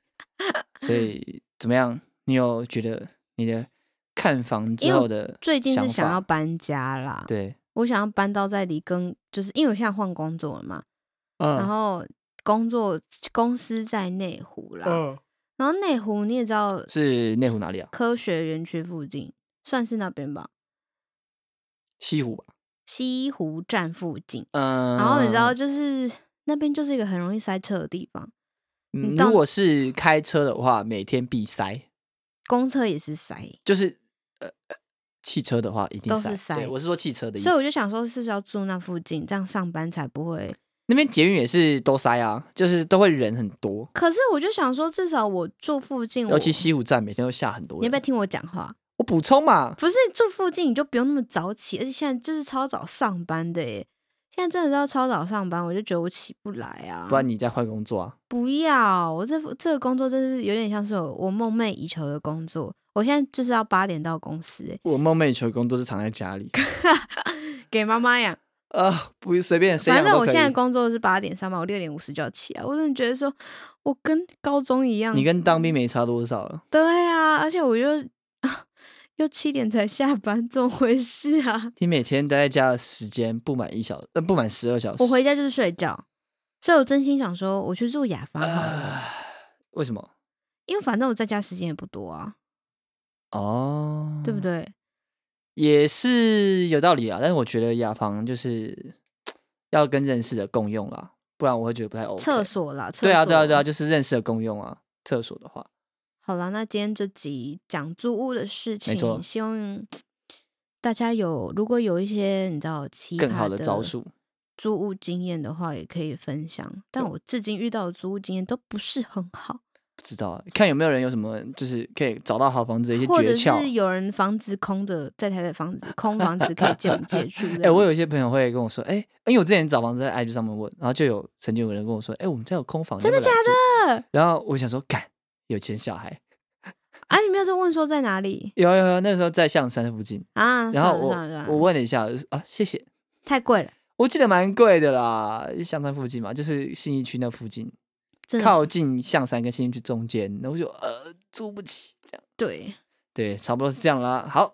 A: 所以怎么样？你有觉得你的看房之
B: 因为
A: 后的
B: 最近是想
A: 法
B: 要搬家啦，
A: 对，
B: 我想要搬到在离更，就是因为我现在换工作了嘛，
A: 嗯
B: 然后工作公司在内湖啦，
A: 嗯
B: 然后内湖你也知道
A: 是内湖哪里啊？
B: 科学园区附近，算是那边吧，
A: 西湖吧。
B: 西湖站附近。
A: 嗯，
B: 然后你知道，就是那边就是一个很容易塞车的地方，
A: 嗯，
B: 你到
A: 如果是开车的话，每天必塞，
B: 公车也是塞，
A: 就是呃，呃汽车的话一定
B: 都是塞
A: 对，我是说汽车的意思。
B: 所以我就想说，是不是要住那附近，这样上班才不会
A: 那边捷运也是都塞啊，就是都会人很多，
B: 可是我就想说，至少我住附近我，
A: 尤其西湖站每天都下很多人。
B: 你要不要啊听我讲话？
A: 我补充嘛，
B: 不是住附近你就不用那么早起，而且现在就是超早上班的耶。现在真的是要超早上班，我就觉得我起不来啊！
A: 不然你再换工作啊。
B: 不要，我这这个工作真是有点像是我我梦寐以求的工作。我现在就是要八点到公司耶，
A: 我梦寐以求的工作是躺在家 里，
B: 给妈妈养。
A: 啊，不是随便谁
B: 反
A: 想
B: 正
A: 都
B: 我
A: 可
B: 现在
A: 以。
B: 工作是八点上班，我六点五十就要起啊来。我真的觉得说，我跟高中一样。
A: 你跟当兵没差多少了，
B: 对啊，而且我又 又七点才下班，怎么回事啊？
A: 你每天待在家的时间不满一小，呃，不满十二小时。
B: 我回家就是睡觉，所以我真心想说，我去住雅房 好了，
A: 为什么？
B: 因为反正我在家时间也不多啊，
A: 哦，
B: 对不对？
A: 也是有道理啊，但是我觉得雅房就是要跟认识的共用啦，不然我会觉得不太 OK。
B: 厕所啦，厕所
A: 对啊，对啊，对啊，。就是认识的共用啊。厕所的话，
B: 好啦，那今天这集讲租屋的事
A: 没错
B: 情，希望大家有如果有一些你知道奇
A: 更好
B: 葩
A: 的
B: 的
A: 招数，
B: 租屋经验的话，也可以分享。但我至今遇到的租屋经验都不是很好，
A: 不知道啊看有没有人有什么，就是可以找到好房子的一些
B: 或
A: 诀
B: 者
A: 窍。
B: 是有人房子空的，在台北房子空房子可以借我们借去。
A: 哎、
B: 哎
A: 我有一些朋友会跟我说，哎、因为我之前找房子在 IG 上面问，然后就有曾经有人跟我说，哎、我们家有空房，
B: 真的
A: 要不要来
B: 假
A: 住？然后我想说，干，有钱小孩，
B: 啊，你没有在问说在哪里？
A: 有有有，那时候在象山附近，
B: 啊，
A: 然后
B: 算了
A: 我
B: 算了算
A: 我
B: 了
A: 问了一下，就是啊，谢谢，
B: 太贵了，
A: 我记得蛮贵的啦，象山附近嘛，就是信义区那附近，
B: 真的
A: 靠近象山跟信义区中间，然后我就呃租不起，这样
B: 对，
A: 对，差不多是这样啦。好，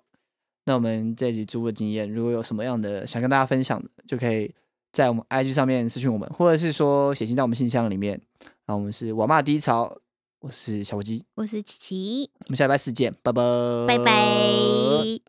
A: 那我们这一集租的经验，如果有什么样的想跟大家分享的，就可以在我们 IG 上面私讯我们，或者是说写信到我们信箱里面。然后我们是瓦骂低潮，我是小火鸡，
B: 我是琪琪，
A: 呃我们下礼拜四见，拜拜，
B: 拜拜。